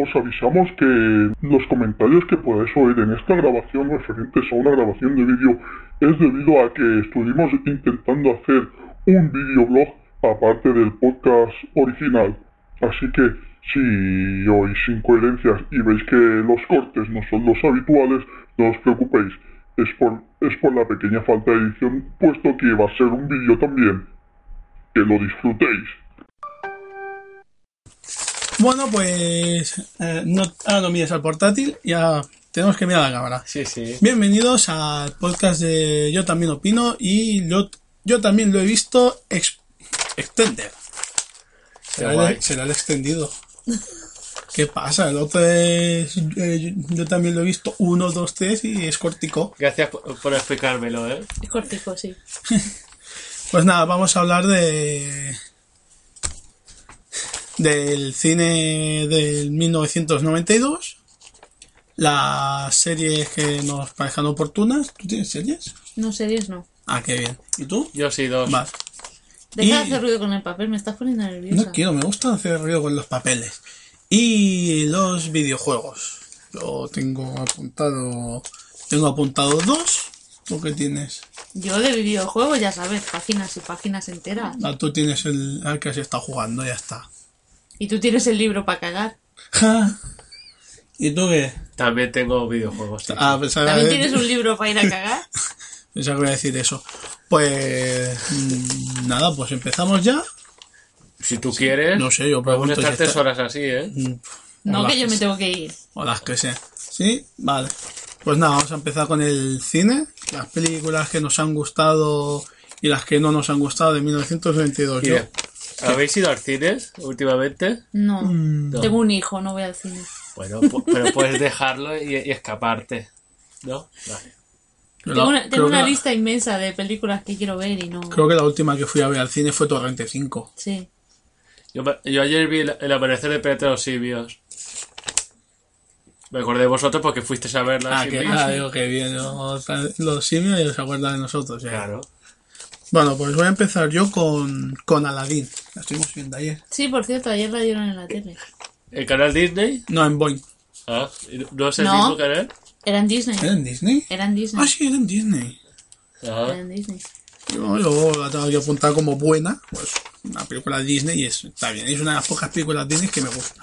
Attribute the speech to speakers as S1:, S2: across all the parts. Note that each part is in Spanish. S1: Os avisamos que los comentarios que podáis oír en esta grabación referentes a una grabación de vídeo es debido a que estuvimos intentando hacer un videoblog aparte del podcast original. Así que si oís incoherencias y veis que los cortes no son los habituales, no os preocupéis. Es por, es por la pequeña falta de edición, puesto que va a ser un vídeo también. Que lo disfrutéis.
S2: Bueno, pues eh, no, ahora no mires al portátil, ya tenemos que mirar a la cámara.
S3: Sí, sí.
S2: Bienvenidos al podcast de Yo también opino y yo, yo también lo he visto ex- extender. Será
S3: guay.
S2: el, será el extendido. ¿Qué pasa? El otro es. eh, yo, yo también lo he visto uno, dos, tres y es cortico.
S3: Gracias por, por explicármelo, ¿eh?
S4: Es cortico, sí.
S2: Pues nada, vamos a hablar de. del cine del 1992. Las series que nos parezcan oportunas. ¿Tú tienes series?
S4: No, series no.
S2: Ah, qué bien. ¿Y tú?
S3: Yo sí, dos.
S2: Vas.
S4: Deja de
S2: Y-
S4: hacer ruido con el papel, me estás poniendo nerviosa.
S2: No quiero, me gusta hacer ruido con los papeles. Y los videojuegos. Yo tengo apuntado. Tengo apuntado dos. ¿Tú qué tienes?
S4: Yo de videojuegos, ya sabes, páginas y páginas enteras.
S2: Ah, tú tienes el al que has estado jugando, ya está.
S4: Y tú tienes el libro para cagar.
S2: Ja. ¿Y tú qué?
S3: También tengo videojuegos. sí.
S2: Ah, pensaba,
S4: También
S2: eh,
S4: tienes un libro para ir a cagar.
S2: pensaba que iba a decir eso. Pues. mm, Nada, pues empezamos ya.
S3: Si tú quieres,
S2: No sé, yo
S3: podemos
S2: pregunto si
S3: estar tres
S2: está-
S3: horas así, ¿eh?
S4: No,
S2: Hola.
S4: que yo me tengo que ir.
S2: O las que sea. ¿Sí? Vale. Pues nada, vamos a empezar con el cine. Las películas que nos han gustado y las que no nos han gustado de 1922.
S3: Y
S2: Yo-
S3: de- ¿Habéis ido al cines últimamente?
S4: No,
S2: Mm,
S3: No.
S4: tengo un hijo, no voy al cine.
S3: Bueno, pu- pero puedes dejarlo y, y escaparte. ¿No? Vale.
S2: yo la-
S4: tengo una, tengo
S2: creo,
S4: una
S2: que
S4: lista inmensa de películas que quiero ver y no.
S2: La, creo que la última que fui a ver al cine fue Torrente 5.
S4: Sí.
S3: Yo, me- yo ayer vi el, el amanecer de Planeta de los Simios. Me acordé de vosotros porque fuisteis a verla.
S2: Ah,
S3: sin
S2: que,
S3: mí.
S2: ah, digo que bien. Los, los simios ellos se acuerdan de nosotros. ya.
S3: Claro.
S2: Bueno, pues voy a empezar yo con, con Aladdin. La estuvimos viendo ayer.
S4: Sí, por cierto, ayer la dieron en la tele.
S3: ¿El canal Disney?
S2: No, en Boeing.
S3: Ah, ¿no es el
S4: No.
S3: mismo canal?
S4: Era en Disney.
S2: ¿Era en Disney?
S4: Era en Disney.
S2: Ah, ¿Eh? sí, era en Disney.
S3: Ah,
S4: Era en Disney.
S2: Yo, yo la tengo que apuntar como buena, pues una película de Disney y es, está bien. Es una de las pocas películas Disney que me gusta.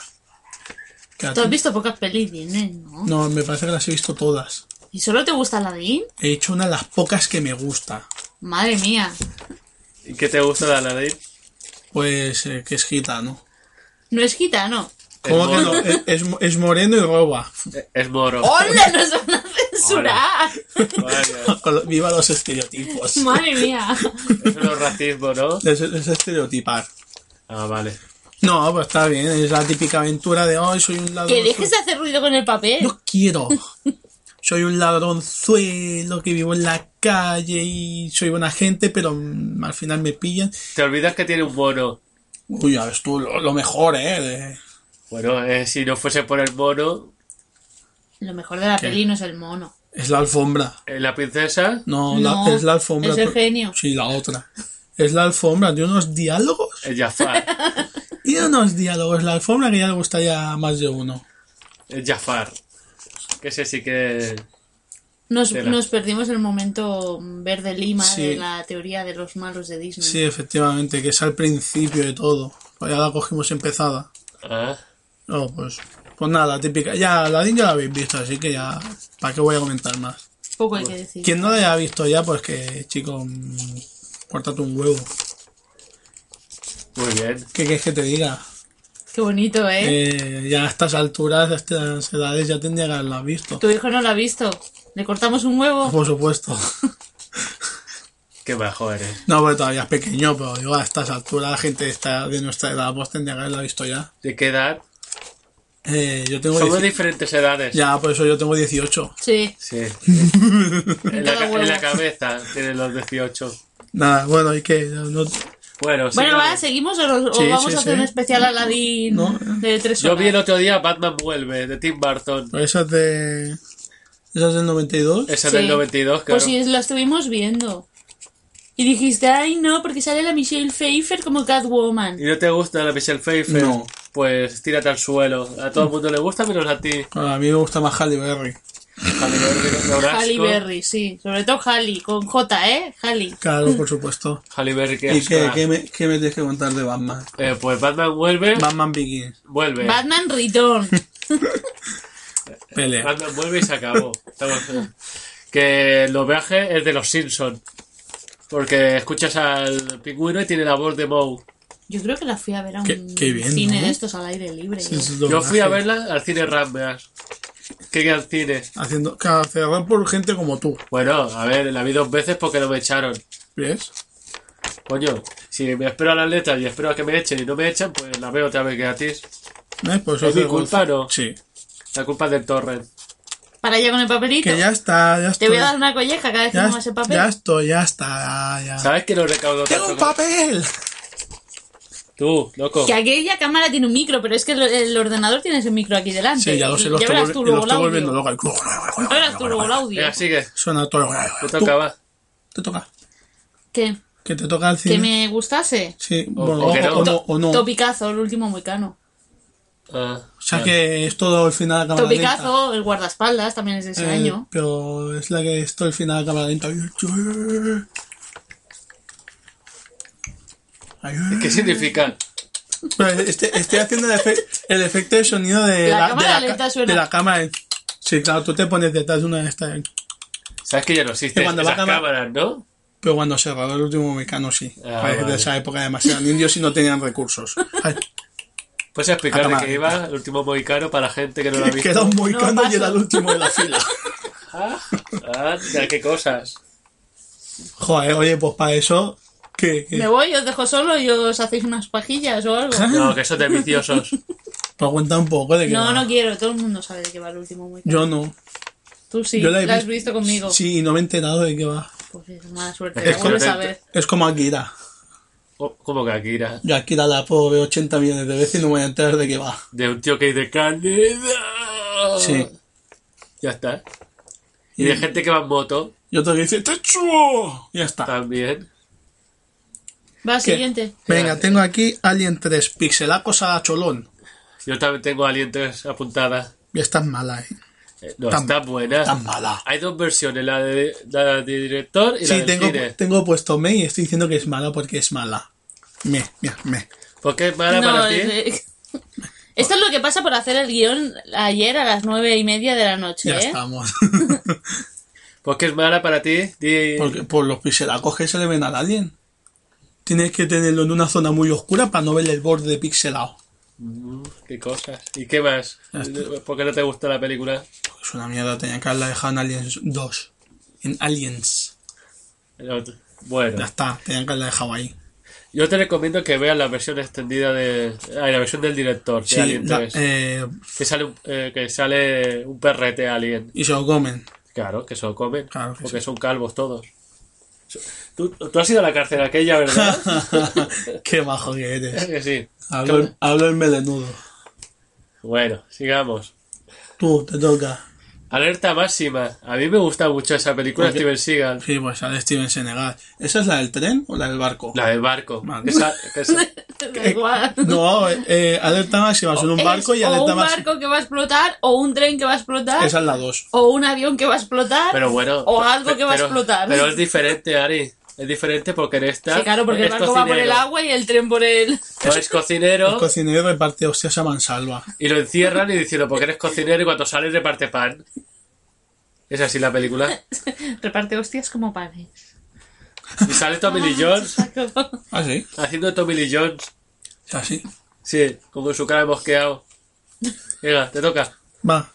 S2: Que a
S4: Tú has
S2: ti-
S4: visto pocas pelis Disney, ¿no?
S2: No, me parece que las he visto todas.
S4: ¿Y solo te gusta Aladdin?
S2: He hecho una de las pocas que me gusta.
S4: Madre mía.
S3: ¿Y qué te gusta de Aladdin?
S2: Pues eh, que es gitano.
S4: No es gitano.
S2: ¿Cómo que ¡Oh!
S3: es,
S2: no?
S3: moro,
S2: Es, es mo- es moreno y roba.
S3: es moro.
S4: ¡Hola! ¡Nos van a censurar!
S3: Vaya,
S2: Viva los estereotipos.
S4: ¡Madre mía!
S3: eso no es racismo, ¿no?
S2: Es, es estereotipar.
S3: Ah, vale.
S2: No, pues está bien. Es la típica aventura de hoy soy un ladrón.
S4: ¡Que dejes de hacer ruido con el papel!
S2: No quiero. Soy un ladronzuelo que vivo en la calle y soy buena gente, pero mm, al final me pillan.
S3: Te olvidas que tiene un mono.
S2: Uy, ya ves tú, lo, lo mejor, ¿eh? De-
S3: Bueno, eh, si no fuese por el mono,
S4: Lo mejor de la peli no es el mono.
S2: Es la alfombra.
S3: eh, la princesa,
S2: No,
S4: No,
S2: la- es la alfombra.
S4: es el
S2: tú-
S4: genio.
S2: Sí, la otra. Es la alfombra, tiene unos diálogos.
S3: el Jafar.
S2: Tiene unos diálogos, la alfombra que ya le gustaría a más de uno.
S3: El Jafar. Que sé, sí que.
S4: Nos,
S3: Tela.
S4: nos perdimos el momento verde lima
S2: Sí.
S4: de la teoría de los malos de Disney.
S2: Sí, efectivamente, que es al principio de todo. Pues ya la cogimos empezada.
S3: Ah,
S2: No, pues, pues nada, la típica. Ya, la ya la habéis visto, así que ya. ¿Para qué voy a comentar más?
S4: Poco hay que decir.
S2: Quien no la haya visto ya, pues que, chico, mm, córtate un huevo.
S3: muy bien.
S2: ¿Qué quieres que te diga?
S4: Qué bonito, ¿eh?
S2: Eh, ya a estas alturas, a estas edades, ya tendría que haberla visto.
S4: Tu hijo no lo ha visto. Le cortamos un huevo.
S2: Por supuesto.
S3: Qué eh. bajo eres.
S2: No, porque todavía es pequeño, pero digo, a estas alturas, la gente de, esta- de nuestra edad, pues tendría que haberla visto ya.
S3: ¿De qué edad?
S2: Eh, yo tengo
S3: Somos
S2: 18.
S3: de diferentes edades.
S2: Ya, por eso yo tengo 18.
S4: Sí.
S3: Sí. en, la,
S4: Cada
S3: ca- en la
S4: huevo.
S3: cabeza tiene los 18.
S2: Nada, bueno, y que. No, pues
S3: Bueno,
S4: Bueno,
S3: sigamos.
S4: va, ¿seguimos o, nos- o
S2: Sí,
S4: vamos
S2: sí,
S4: a hacer
S2: sí.
S4: un especial Aladdin
S2: No.
S4: de tres
S3: Yo
S4: horas?
S3: vi el otro día Batman Vuelve de Tim Burton.
S2: pues esas de. Esas del 92.
S3: Esa
S4: Sí.
S3: del 92, claro.
S4: Pues sí, lo estuvimos viendo. Y dijiste, ay no, porque sale la Michelle Pfeiffer como Catwoman.
S3: ¿Y no te gusta la Michelle Pfeiffer?
S2: No.
S3: pues tírate al suelo. A todo el mundo le gusta, menos a ti.
S2: A mí me gusta más Halle Berry.
S3: Halle Berry, no, un asco.
S4: Halle Berry, sí. Sobre todo Halle, con J, ¿eh? Halle.
S2: Claro, por supuesto.
S3: Halle Berry, qué
S2: ¿Y qué,
S3: asco.
S2: qué me, qué me tienes que contar de Batman?
S3: Eh, pues Batman vuelve.
S2: Batman Begins.
S3: vuelve.
S4: Batman Return.
S2: Pelea.
S3: Batman vuelve y se acabó. Estamos- que el doblaje es de los Simpsons. Porque escuchas al pingüino y tiene la voz de Moe.
S4: Yo creo que la fui a ver a un
S2: Qué- qué bien,
S4: cine
S2: ¿no?
S4: de estos al aire libre.
S2: Sí, sí,
S3: Yo
S2: doblaje.
S3: fui a verla al cine Ramblas. ¿Qué gran cine?
S2: Haciendo, claro, cerrar por gente como tú.
S3: Bueno, a ver, la vi dos veces porque no me echaron.
S2: ¿Ves?
S3: Coño, si me espero a las letras y espero a que me echen y no me echan, pues la veo otra vez gratis.
S2: ¿Ves? Por eso
S3: ¿Es mi
S2: hace gol.
S3: culpa, no?
S2: Sí.
S3: La culpa es del torrent.
S4: Para allá con el papelito.
S2: Que ya está, ya estoy.
S4: Te voy a dar una colleja cada vez que
S2: ya,
S4: no ese papel.
S2: ya estoy, ya está, ya.
S3: ¿Sabes que no recaudo
S2: ¡Tengo
S3: tanto?
S2: un papel!
S3: Tú, loco.
S4: Que aquella cámara tiene un micro, pero es que el, el ordenador tiene ese micro aquí delante.
S2: Sí, ya lo sé, lo
S4: Y
S2: estoy,
S4: verás
S2: volvi-
S4: tú
S2: lo
S4: luego el
S2: estoy volviendo
S4: audio.
S2: loco.
S4: Ya verás tú luego el audio.
S3: Venga, sigue.
S2: Suena todo.
S3: Te toca, va.
S2: Te toca.
S4: ¿Qué?
S2: Que te toca el cine.
S4: Que me gustase.
S2: Sí,
S3: O-
S2: bueno,
S3: o que no.
S2: o, o no. o no.
S4: Topicazo, el último moicano.
S3: Ah,
S2: O sea que es todo el final de cámara lenta.
S4: Topicazo, el guardaespaldas, también es de ese
S2: Eh,
S4: año.
S2: pero es la que es todo el final de cámara lenta. Ay, ay.
S3: ¿Qué significa?
S2: Pero este- Estoy, haciendo el, efe- el efecto de sonido de
S4: La
S2: la, de,
S4: cámara
S2: la,
S4: lenta
S2: ca-
S4: suena.
S2: de la cámara. Sí, claro, tú te pones detrás de una de estas.
S3: ¿Sabes que ya no existen
S2: Que cuando
S3: esas
S2: va a acabar-
S3: cámaras, no?
S2: Pero cuando se grabó el último mecano, sí.
S3: Ah,
S2: Parece
S3: vale.
S2: de esa época además eran indios y no tenían recursos. Ay,
S3: Puedes explicar de
S2: Acaba.
S3: qué iba el último mohicano para la gente que no lo ha visto.
S2: Queda un moicano y
S4: paso.
S2: era el último de la fila.
S3: Ah, anda, qué cosas.
S2: Joder, oye, pues para eso. ¿Qué? qué?
S4: Me voy, os dejo solo y os hacéis unas pajillas o algo.
S3: No, que son de viciosos.
S2: Pues aguanta un poco de que.
S4: No,
S2: va.
S4: no quiero, todo el mundo sabe de qué va el último moicano.
S2: Yo no.
S4: Tú sí,
S2: Yo
S4: la,
S2: he
S4: has visto conmigo.
S2: Sí, y no me he enterado de qué va.
S4: Pues es mala suerte,
S3: Es
S4: la vuelves a
S3: correcto.
S4: ver.
S2: Es como Akira.
S3: Co- Como Oh, que Akira.
S2: Yo Akira la puedo ver 80 millones de veces y no me voy a enterar de qué va.
S3: De un tío que dice Candida.
S2: Sí.
S3: Ya está. Y de gente que va en moto
S2: Y otro que dice, ¡Te chulo! Ya está.
S3: también.
S4: Va,
S2: ¿Qué?
S4: siguiente.
S2: Venga, tengo aquí Alien 3, pixelacos a cholón.
S3: Yo también tengo alientes apuntadas.
S2: Y esta es mala, ¿eh?
S3: Eh, No,
S2: Tan-
S3: está buena.
S2: Tan mala.
S3: Hay dos versiones, la de, la de director y la
S2: Sí,
S3: del
S2: tengo,
S3: cine.
S2: tengo puesto me y estoy diciendo que es mala porque es mala. Me, me, me.
S3: ¿Por qué es mala
S4: No,
S3: para ti?
S4: es- Esto es lo que pasa por hacer el guión ayer a las nueve y media de la noche,
S2: Ya
S4: ¿eh?
S2: estamos.
S3: ¿Por qué es mala para ti? Di-
S2: Porque por los pixelacos que se le ven al alien. Tienes que tenerlo en una zona muy oscura para no ver el borde pixelado.
S3: Mm, Qué cosas. ¿Y qué más? Eh,
S2: Ya
S3: ¿Por qué no te gusta la película?
S2: Es Pues una mierda, tenía que haberla dejado en Aliens 2. En Aliens.
S3: No, t-
S2: Ya
S3: Bueno,
S2: está, tenían que haberla dejado ahí.
S3: yo te recomiendo que veas la versión extendida de. Ah, la versión del director de
S2: Sí,
S3: Alien
S2: la-
S3: 3.
S2: eh,
S3: Que, sale, un- eh, que sale un perrete alien.
S2: y se lo comen.
S3: Claro, que se lo comen.
S2: Claro que
S3: porque son calvos todos. ¿Tú, tú has ido a la cárcel aquella, ¿verdad?
S2: Qué bajo que eres.
S3: Es que sí.
S2: Hablo, hablo en melenudo.
S3: Bueno, sigamos.
S2: Tú, te toca.
S3: Alerta máxima. A mí me gusta mucho esa película de
S2: Porque-
S3: Steven Seagal.
S2: Sí, pues sale Steven Senegal. ¿Esa es la del tren o la del barco?
S3: La del barco.
S2: Man.
S3: Que sa- que sa-
S4: Da igual.
S2: No, eh, eh, alerta máxima son Eh, un
S4: Es
S2: barco y
S4: o
S2: alerta
S4: un
S2: máxima.
S4: barco que va a explotar, o un tren que va a explotar,
S2: Esa es la 2.
S4: o un avión que va a explotar,
S3: Pero bueno.
S4: o
S3: pe-
S4: algo que va a
S3: pero-
S4: explotar.
S3: Pero es diferente, Ari. Es diferente porque en esta.
S4: Sí, claro, porque el
S3: es
S4: barco va por el
S3: cocinero.
S4: agua y el tren por el...
S3: No, es cocinero
S2: El cocinero reparte hostias a mansalva.
S3: y lo encierran y diciendo porque eres cocinero y cuando sales reparte pan. Es así la película.
S4: Reparte hostias como panes.
S3: Y sale Tommy Lee Jones
S2: Ah, sí.
S3: haciendo Tommy Lee Jones.
S2: Es así.
S3: Sí, con su cara de mosqueado. Venga, te toca.
S2: Va.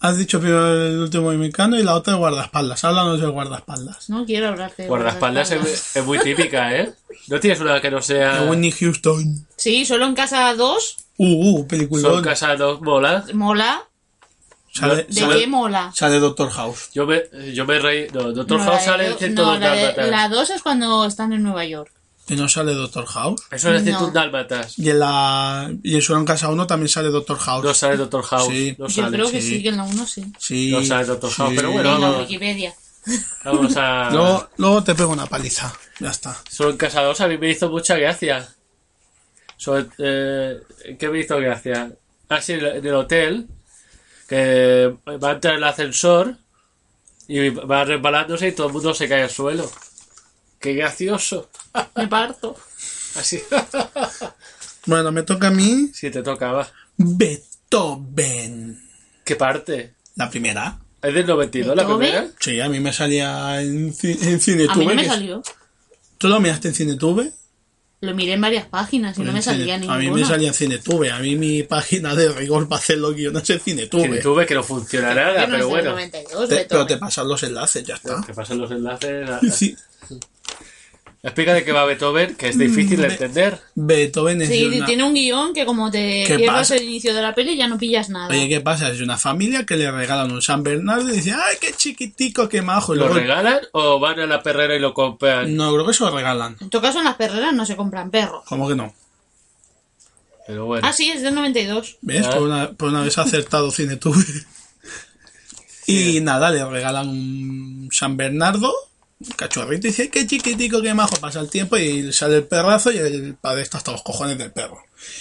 S2: Has dicho primero el último mexicano y la otra el guardaespaldas. Háblanos del guardaespaldas.
S4: No quiero hablarte de
S3: Guardaespaldas es, es muy típica, ¿eh? No tienes una que no sea.
S2: De Whitney Houston.
S4: Sí, solo en casa 2
S2: Uh, uh, peliculón.
S3: Son casados, mola.
S4: mola.
S2: Sale,
S4: ¿De
S2: sale-
S4: qué mola?
S2: sale Doctor House.
S3: Yo me, yo me reí. No, Doctor
S4: No,
S3: House
S4: la de-
S3: sale en
S4: no,
S3: 102
S4: la de-
S3: dálmatas.
S4: La 2 es cuando están en Nueva York.
S2: Que no sale Doctor House.
S3: Eso es 101
S4: No.
S3: dálmatas.
S2: Y en la. Y en Solo en Casa 1 también sale Doctor House.
S3: No sale Doctor House.
S2: Sí.
S3: No
S4: Yo
S3: sale.
S4: creo que
S2: sí.
S4: sí, que en la 1 sí.
S2: Sí.
S3: No sale Doctor House, pero bueno,
S4: En la
S3: vamos,
S4: Wikipedia.
S3: vamos a.
S2: Luego, luego te pego una paliza. Ya está.
S3: Son casados, a mí me hizo mucha gracia. Sobre, eh, ¿Qué me hizo gracia? Así en el hotel, que va a entrar el ascensor y va resbalándose y todo el mundo se cae al suelo. ¡Qué gracioso!
S4: Me parto.
S3: Así.
S2: Bueno, me toca a mí
S3: Si te toca, va.
S2: Beethoven.
S3: ¿Qué parte?
S2: La primera.
S3: ¿Es del 92 la
S4: ¿Beethoven?
S3: primera?
S2: Sí, a mí me salía en, ci- en CineTube.
S4: A mí no me
S2: que-
S4: salió.
S2: ¿Tú lo miraste en CineTube?
S4: Lo miré en varias páginas y no
S2: En
S4: me salía
S2: Cine-
S4: ninguna.
S2: Pues A mí me salía en CineTube. A mí mi página de rigor para hacer los guiones es
S3: Que
S2: CineTube.
S3: tuve que no funciona nada,
S4: Yo no
S3: pero
S4: sé,
S3: bueno.
S4: 92,
S2: Te- pero
S4: Beethoven.
S2: te pasan los enlaces, ya está.
S3: Que pasen los enlaces. a-
S2: Sí,
S3: Explica de qué va Beethoven, que es difícil de entender.
S2: Beethoven es de
S4: Sí,
S2: una-
S4: tiene un guión que como te
S2: ¿Qué
S4: pierdas
S2: pasa?
S4: el inicio de la peli ya no pillas nada.
S2: Oye, ¿qué pasa? Es de una familia que le regalan un San Bernardo y dice, ¡ay, qué chiquitico, qué majo! Y
S3: ¿Lo
S2: luego,
S3: regalan o van a la perrera y lo compran?
S2: no, creo que se lo regalan.
S4: En tu caso en las perreras no se compran perros.
S2: ¿Cómo que no?
S3: Pero bueno.
S4: Ah, sí, es del 92.
S2: ¿Ves?
S3: Ah.
S2: Por una, por una vez ha acertado CineTube. y nada, le regalan un San Bernardo, un cachorrito, y dice, ¡ay, qué chiquitico, qué majo! Pasa el tiempo y sale el perrazo y el padre está hasta los cojones del perro.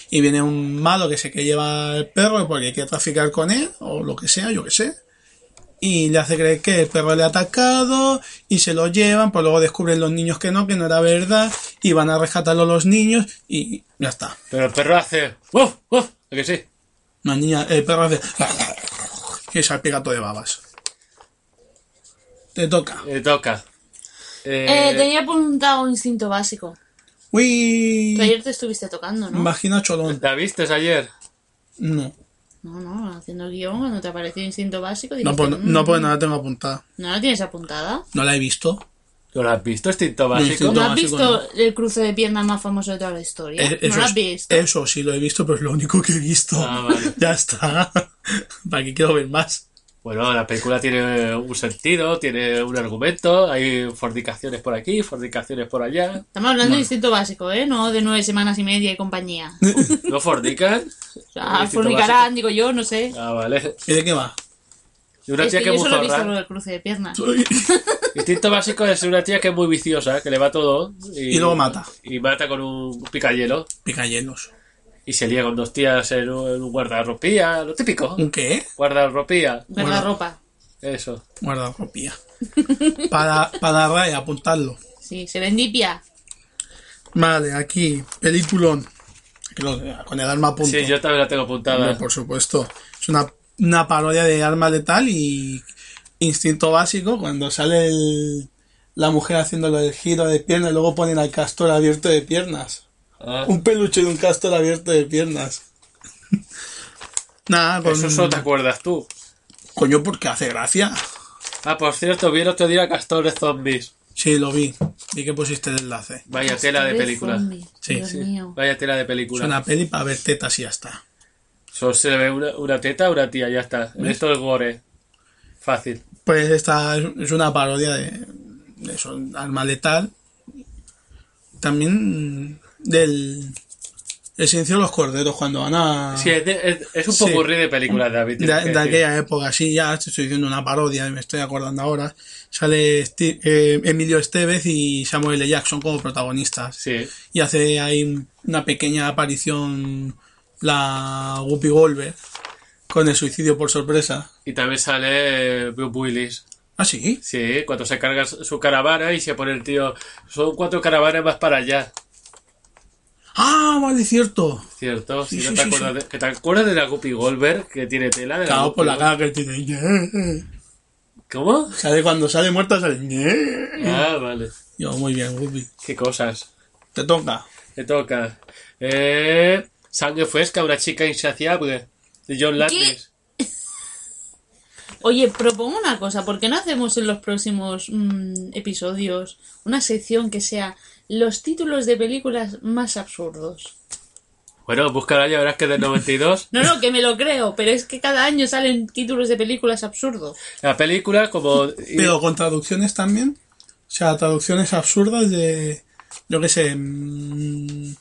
S2: Y viene un malo que sé que lleva el perro pues, porque quiere traficar con él, o lo que sea, yo que sé. y le hace creer que el perro le ha atacado y se lo llevan, pues luego descubren los niños que no, que no era verdad y van a rescatarlo los niños y ya está.
S3: Pero el perro hace. ¡Uf! ¡Uf! ¿A que sí?
S2: La niña, el eh, perro hace que salpica todo de babas. Te toca.
S3: Eh, toca. Eh,
S4: Eh, tenía apuntado instinto básico. Tú
S2: Uy,
S4: ayer te estuviste tocando, ¿no?
S2: vagina cholón.
S3: ¿La viste ayer?
S2: No,
S4: No, no, haciendo guión, cuando te apareció instinto básico,
S2: no
S4: dijiste,
S2: por,
S4: "Mm,
S2: no por nada tengo apuntada.
S4: ¿no la tienes apuntada?
S2: No la he visto.
S3: ¿No la has visto? este ¿Instinto básico?
S2: Instinto
S4: ¿No has
S2: básico,
S4: visto el cruce de piernas más famoso de toda la historia?
S2: Eh,
S4: ¿No lo
S2: es-
S4: has visto?
S2: eso sí lo he visto, pero es lo único que he visto.
S3: Ah, vale.
S2: ya está. ¿Para qué quiero ver más?
S3: Bueno, la película tiene un sentido, tiene un argumento. Hay fornicaciones por aquí, fornicaciones por allá.
S4: Estamos hablando de instinto básico, ¿eh? No de nueve semanas y media y compañía.
S3: ¿No fornican?
S4: O sea,
S3: Instinto
S4: fornicarán, digo yo, no sé.
S3: Ah, vale.
S2: ¿Y de qué va?
S3: Y una
S4: es
S3: tía
S4: que
S3: que
S4: yo
S3: es muy
S4: solo he visto
S3: zorra.
S4: lo del cruce de piernas.
S3: Instinto básico es una tía que es muy viciosa, que le va todo. Y,
S2: Y luego mata.
S3: Y mata con un picayelo.
S2: Pica hielos.
S3: Y se lía con dos tías en un, en un guardarropía, lo típico.
S2: ¿Un qué?
S3: Guardarropía,
S4: Ver
S2: Bueno.
S4: la ropa.
S3: eso.
S2: Guardarropía. Para, para Ray, apuntarlo.
S4: Sí, se vendipia.
S2: Vale, aquí, peliculón. Que lo- Con el arma a punto.
S3: Sí, yo también la tengo
S2: Hombre,
S3: apuntada.
S2: por supuesto. Es una, una parodia de arma letal y instinto básico. Cuando sale el- la mujer haciéndolo el giro de piernas, luego ponen al castor abierto de piernas.
S3: Ah,
S2: Un peluche de un castor abierto de piernas. Nada, con,
S3: eso solo te acuerdas tú.
S2: coño, porque hace gracia.
S3: Ah, por cierto, vi el otro día Castores Zombies.
S2: Sí, lo vi. Vi que pusiste el enlace.
S3: Vaya tela de
S4: Ver
S3: película.
S4: zombies,
S2: Sí,
S4: Dios
S2: sí.
S4: mío.
S3: Vaya tela de
S2: Es
S3: película.
S2: una peli para ver tetas y ya está.
S3: Solo se ve una, una teta, una tía, ya está. Esto es gore. Fácil.
S2: Pues esta es es una parodia de, de eso, arma letal. También del el silencio de los corderos cuando van a
S3: Sí, es, de- es- es un
S2: Ah. Sí.
S3: poco de películas, David.
S2: de,
S3: tienes que
S2: de
S3: decir.
S2: aquella época, sí, ya te estoy diciendo una parodia, me estoy acordando ahora. Sale Esti- eh, Emilio Estevez y Samuel L. Jackson como protagonistas.
S3: Sí.
S2: Y hace ahí una pequeña aparición la Whoopi Goldberg con el suicidio por sorpresa.
S3: Y también sale eh, Bruce Willis.
S2: Ah, sí.
S3: Sí, cuando se carga su su caravana y se pone el tío. Son cuatro caravanas más para allá.
S2: Ah, vale, cierto.
S3: ¿Cierto?
S2: Sí,
S3: Si no
S2: sí,
S3: te
S2: sí,
S3: acuerdas de- que te acuerdas de la Guppy Goldberg que tiene tela de
S2: Claro,
S3: Guppy
S2: por la
S3: Goldberg?
S2: cara que tiene. Yeah.
S3: ¿Cómo?
S2: Sale cuando sale muerta, sale. "Nye".
S3: Ah, vale.
S2: Yo, muy bien, Guppy.
S3: Qué cosas.
S2: Te toca.
S3: Te toca. Eh, sangre fresca, una chica insaciable. De John Landis.
S4: Oye, propongo una cosa, ¿por qué no hacemos en los próximos mm, episodios una sección que sea los títulos de películas más absurdos?
S3: Bueno, búscala ya verás que es del 92.
S4: No, no, que me lo creo, pero es que cada año salen títulos de películas absurdos.
S3: La película, como. y-
S2: Pero con traducciones también. O sea, traducciones absurdas de. Yo qué sé. mm,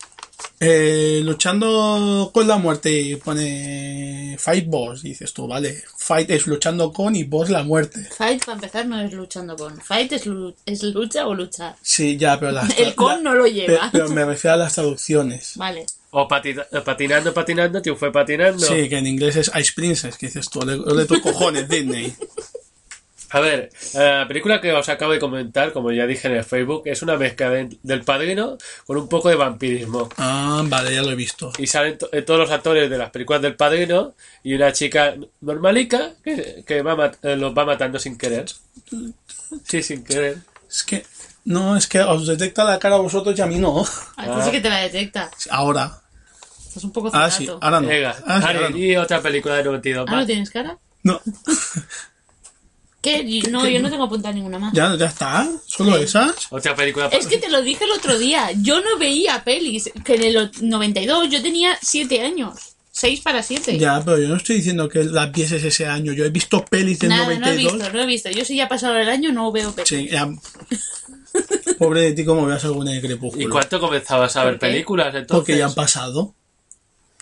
S2: eh, luchando con la muerte y pone. Fight Boss. Y dices tú, vale. Fight es luchando con y Boss la muerte.
S4: Fight, para empezar, no es luchando con. Fight es, lu- es lucha o luchar.
S2: Sí, ya, pero las.
S4: El con
S2: la-
S4: no lo
S2: pe-
S4: lleva.
S2: Pero, me refiero a las traducciones.
S4: Vale.
S3: O patita- eh, patinando, patinando, tío, fue patinando.
S2: Sí, que en inglés es Ice Princess, que dices tú, ole, ole tus cojones, Disney.
S3: A ver, eh, la película que os acabo de comentar, como ya dije en el Facebook, es una mezcla de- del padrino con un poco de vampirismo.
S2: Ah, vale, ya lo he visto.
S3: Y salen to- eh, todos los actores de las películas del padrino y una chica normalica que, que va mat- eh, los va matando sin querer. Sí, sin querer.
S2: Es que, no, es que os detecta la cara a vosotros y a mí no.
S4: Ay, pues sí que te la detecta.
S2: Ahora.
S4: Estás un poco
S2: Ah,
S4: cenato.
S2: sí, ahora no.
S3: Venga,
S2: Ah, sí,
S3: Ari,
S2: ahora no.
S3: y otra película de 92
S4: Ah, ¿no
S3: más.
S4: tienes cara?
S2: No,
S4: ¿Qué? Y- No,
S2: qué-
S4: yo no tengo apuntada ninguna más.
S2: ya, ya está. Solo esas.
S3: Otra película.
S4: Es que te lo dije el otro día. Yo no veía pelis. Que en el o- 92 yo tenía 7 años. 6 para 7.
S2: Ya, pero yo no estoy diciendo que las vieses ese año. Yo he visto pelis del
S4: Nada, no he
S2: 92.
S4: visto, no he visto. Yo si ya ha pasado el año, no veo pelis.
S2: Sí, ya. Pobre de ti, como veas alguna de Crepúsculo.
S3: ¿Y cuánto comenzabas a ver
S4: qué?
S3: películas entonces?
S2: Porque ya han pasado.